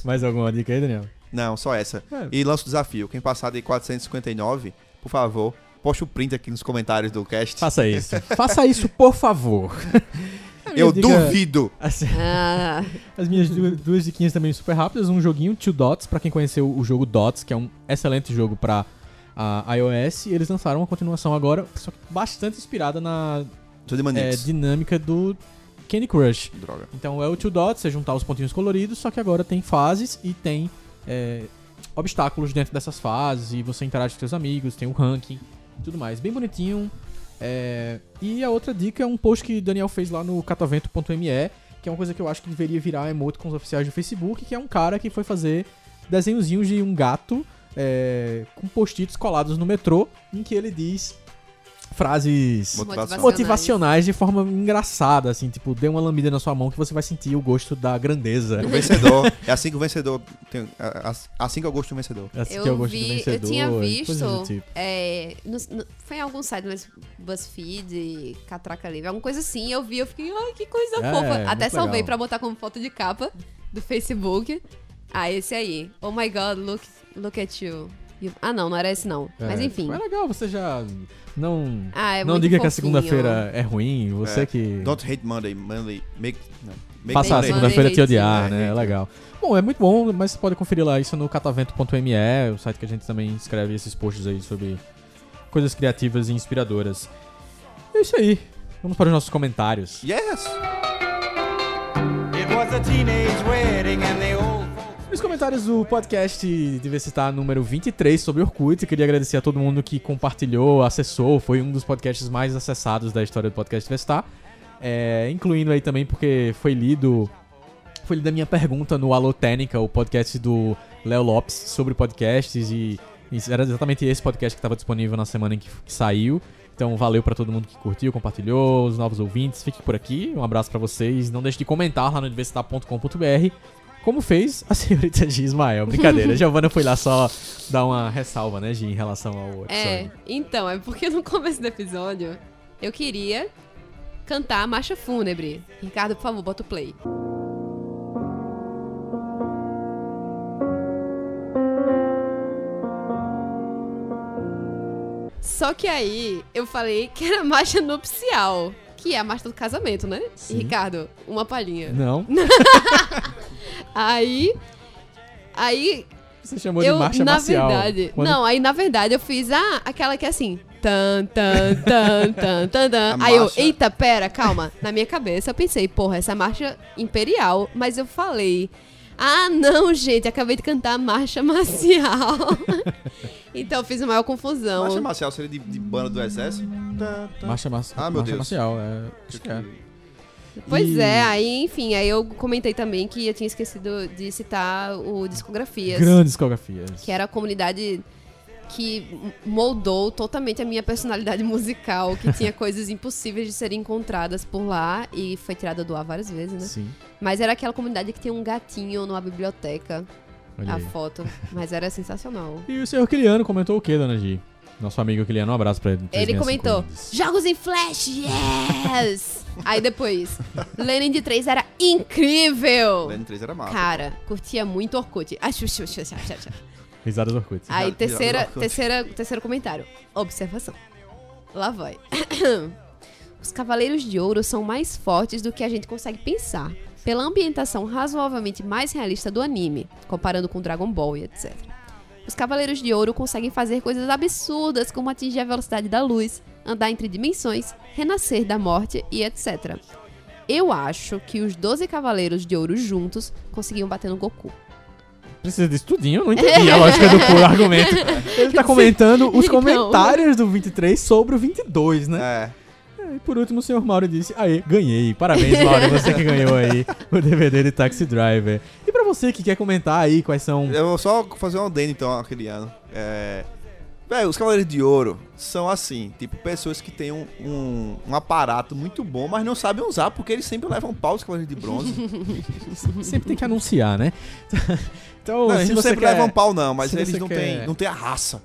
Speaker 2: mais alguma dica aí, Daniel?
Speaker 3: Não, só essa.
Speaker 2: É.
Speaker 3: E lança o desafio. Quem passar de 459, por favor, poste o print aqui nos comentários do cast.
Speaker 2: Faça isso. Faça isso, por favor. A minha
Speaker 3: Eu
Speaker 2: dica-
Speaker 3: duvido.
Speaker 2: Assim,
Speaker 4: Ah,
Speaker 2: As minhas du- duas diquinhas também super rápidas. Um joguinho, Two Dots, pra quem conheceu o jogo Dots, que é um excelente jogo pra ah, iOS. E eles lançaram uma continuação agora, só que bastante inspirada na
Speaker 3: Sou de
Speaker 2: eh,
Speaker 3: Manix.
Speaker 2: dinâmica do Candy Crush.
Speaker 3: Droga.
Speaker 2: Então é o Two Dots, você juntar os pontinhos coloridos, só que agora tem fases e tem é, obstáculos dentro dessas fases, e você interage com seus amigos, tem o ranking e tudo mais. Bem bonitinho. é, e a outra dica é um post que Daniel fez lá no catavento.me, que é uma coisa que eu acho que deveria virar emote com os oficiais do Facebook, que é um cara que foi fazer desenhozinhos de um gato é, com post-its colados no metrô, em que ele diz frases
Speaker 3: Motivação.
Speaker 4: Motivacionais.
Speaker 2: motivacionais de forma engraçada, assim, tipo, dê uma lambida na sua mão que você vai sentir o gosto da grandeza.
Speaker 3: O vencedor. É assim que o vencedor. Tem, a- a- assim que eu gosto do vencedor.
Speaker 2: Assim
Speaker 4: Eu
Speaker 2: que é o gosto do
Speaker 4: vi- eu
Speaker 2: vencedor.
Speaker 4: tinha
Speaker 2: e coisas do
Speaker 4: visto.
Speaker 2: tipo.
Speaker 4: É, não- não- foi em algum site, mas BuzzFeed, Catraca Livre, alguma coisa assim. Eu vi, eu fiquei, ai, que coisa
Speaker 2: É,
Speaker 4: fofa.
Speaker 2: muito
Speaker 4: Até salvei
Speaker 2: legal.
Speaker 4: pra botar como foto de capa do Facebook. Ah, esse aí. Oh my god, look, look at you. You- Ah, não, não era esse não. Mas
Speaker 2: É,
Speaker 4: enfim.
Speaker 2: É legal, você já. Não.
Speaker 4: Ah, é
Speaker 2: não
Speaker 4: muito
Speaker 2: diga que a
Speaker 4: fofinho.
Speaker 2: segunda-feira é ruim, você
Speaker 3: É.
Speaker 2: que.
Speaker 3: Don't hate Monday. Monday. Make. Não. Make
Speaker 2: Passa a
Speaker 4: Mandei,
Speaker 3: Monday.
Speaker 2: segunda-feira
Speaker 4: mandei
Speaker 2: te odiar,
Speaker 3: jeitinho.
Speaker 2: né? É legal. Bom, é muito bom, mas você pode conferir lá isso no catavento.me, o site que a gente também escreve esses posts aí sobre coisas criativas e inspiradoras. É isso aí. Vamos para os nossos comentários.
Speaker 3: Yes!
Speaker 8: It was a teenage wedding and the old folks.
Speaker 2: Os comentários do podcast Diversitar número 23 sobre Orkut. Queria agradecer a todo mundo que compartilhou, acessou. Foi um dos podcasts mais acessados da história do podcast Diversitar. É, incluindo aí também porque foi lido. Foi lida a minha pergunta no Alô Técnica, o podcast do Léo Lopes sobre podcasts. E isso era exatamente esse podcast que estava disponível na semana em que, que saiu. Então valeu pra todo mundo que curtiu, compartilhou, os novos ouvintes. Fique por aqui. Um abraço pra vocês. Não deixe de comentar lá no universitar.com.br. Como fez a senhorita G. Ismael. Brincadeira, a Giovana foi lá só dar uma ressalva, né, G, em relação ao episódio.
Speaker 4: É, então, é porque no começo do episódio eu queria cantar a marcha fúnebre. Ricardo, por favor, bota o play. Só que aí eu falei que era a marcha nupcial, que é a marcha do casamento, né? Ricardo, uma palhinha.
Speaker 2: Não,
Speaker 4: Aí. Aí
Speaker 2: você chamou de marcha
Speaker 4: na
Speaker 2: marcial.
Speaker 4: verdade,
Speaker 2: Quando-
Speaker 4: não, aí na verdade eu fiz ah, aquela que é assim, tan tan tan tan tan, tan.
Speaker 3: A
Speaker 4: Aí eu,
Speaker 3: marcha.
Speaker 4: eita, pera, calma. Na minha cabeça eu pensei, porra, essa marcha imperial, mas eu falei, ah, não, gente, acabei de cantar a marcha marcial. então eu fiz a maior confusão.
Speaker 3: Marcha Marcial seria de, de banda do exército? Tá, tá.
Speaker 2: Marcha, marcia...
Speaker 3: Ah, meu
Speaker 2: marcha
Speaker 3: Deus.
Speaker 2: marcial, é... acho que é.
Speaker 4: Pois
Speaker 2: E-
Speaker 4: é, aí enfim, aí eu comentei também que eu tinha esquecido de citar o discografias.
Speaker 2: Grandes cografias.
Speaker 4: que era a comunidade que m- moldou totalmente a minha personalidade musical, que tinha coisas impossíveis de serem encontradas por lá e foi tirada do ar várias vezes, né?
Speaker 2: Sim,
Speaker 4: Mas era aquela comunidade que tinha um gatinho numa biblioteca,
Speaker 2: olha
Speaker 4: a
Speaker 2: aí.
Speaker 4: foto, mas era sensacional.
Speaker 2: E o senhor Kiliano comentou o que, dona G? Nosso amigo Kiliano, um abraço pra ele.
Speaker 4: Ele
Speaker 2: 365
Speaker 4: comentou:
Speaker 2: lindos.
Speaker 4: "Jogos em Flash, yes!" Aí depois, Lenin de 3 era incrível.
Speaker 3: Lenin 3 era massa.
Speaker 4: Cara, curtia muito Orkut. Ah, xu, xu, xu, xu, xu, xu.
Speaker 2: Risadas Orkut.
Speaker 4: Aí,
Speaker 3: Já- já
Speaker 4: terceira,
Speaker 3: logo.
Speaker 4: terceira, terceiro comentário. Observação. Lá vai. Os Cavaleiros de Ouro são mais fortes do que a gente consegue pensar, pela ambientação razoavelmente mais realista do anime, comparando com Dragon Ball e etc. Os Cavaleiros de Ouro conseguem fazer coisas absurdas como atingir a velocidade da luz, andar entre dimensões, renascer da morte e etc. Eu acho que os 12 Cavaleiros de Ouro juntos conseguiam bater no Goku.
Speaker 2: Precisa disso tudinho, eu não entendi a lógica do puro argumento. Ele tá comentando os
Speaker 4: Então.
Speaker 2: comentários do 23 sobre o 22, né?
Speaker 3: É.
Speaker 2: E por último, o senhor Mauro disse: Aê, ganhei. Parabéns, Mauro, você que ganhou aí o DVD de Taxi Driver. E pra você que quer comentar aí quais são.
Speaker 3: Eu vou só fazer um adendo, então, aquele ano. É... Véi, os Cavaleiros de Ouro são assim, tipo, pessoas que têm um, um, um aparato muito bom, mas não sabem usar, porque eles sempre levam pau os Cavaleiros de Bronze.
Speaker 2: Sempre tem que anunciar, né? Então,
Speaker 3: É. não,
Speaker 2: se
Speaker 3: eles não
Speaker 2: você
Speaker 3: sempre um
Speaker 2: quer...
Speaker 3: levam pau, não, mas
Speaker 2: se
Speaker 3: eles
Speaker 2: você
Speaker 3: não,
Speaker 2: quer- É.
Speaker 3: têm, não têm a raça.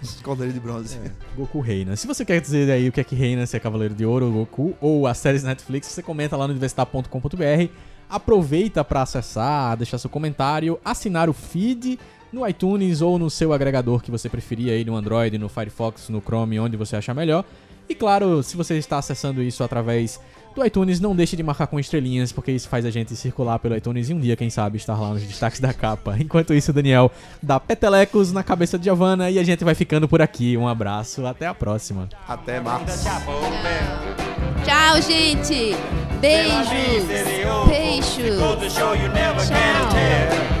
Speaker 3: Os Cavaleiros de Bronze.
Speaker 2: Goku reina. Se você quer dizer aí o que é que reina, se é Cavaleiro de Ouro, Goku, ou as séries da Netflix, você comenta lá no universitar.com.br. Aproveita pra acessar, deixar seu comentário, assinar o feed no iTunes ou no seu agregador que você preferir aí no Android, no Firefox, no Chrome, onde você achar melhor. E claro, se você está acessando isso através do iTunes, não deixe de marcar com estrelinhas, porque isso faz a gente circular pelo iTunes e um dia, quem sabe, estar lá nos destaques da capa. Enquanto isso, o Daniel dá petelecos na cabeça de Giovanna e a gente vai ficando por aqui. Um abraço, até a próxima.
Speaker 3: Até mais.
Speaker 4: Tchau, gente! Beijos! Peixos!
Speaker 8: Goes to show you never can
Speaker 4: Ciao.
Speaker 8: tell.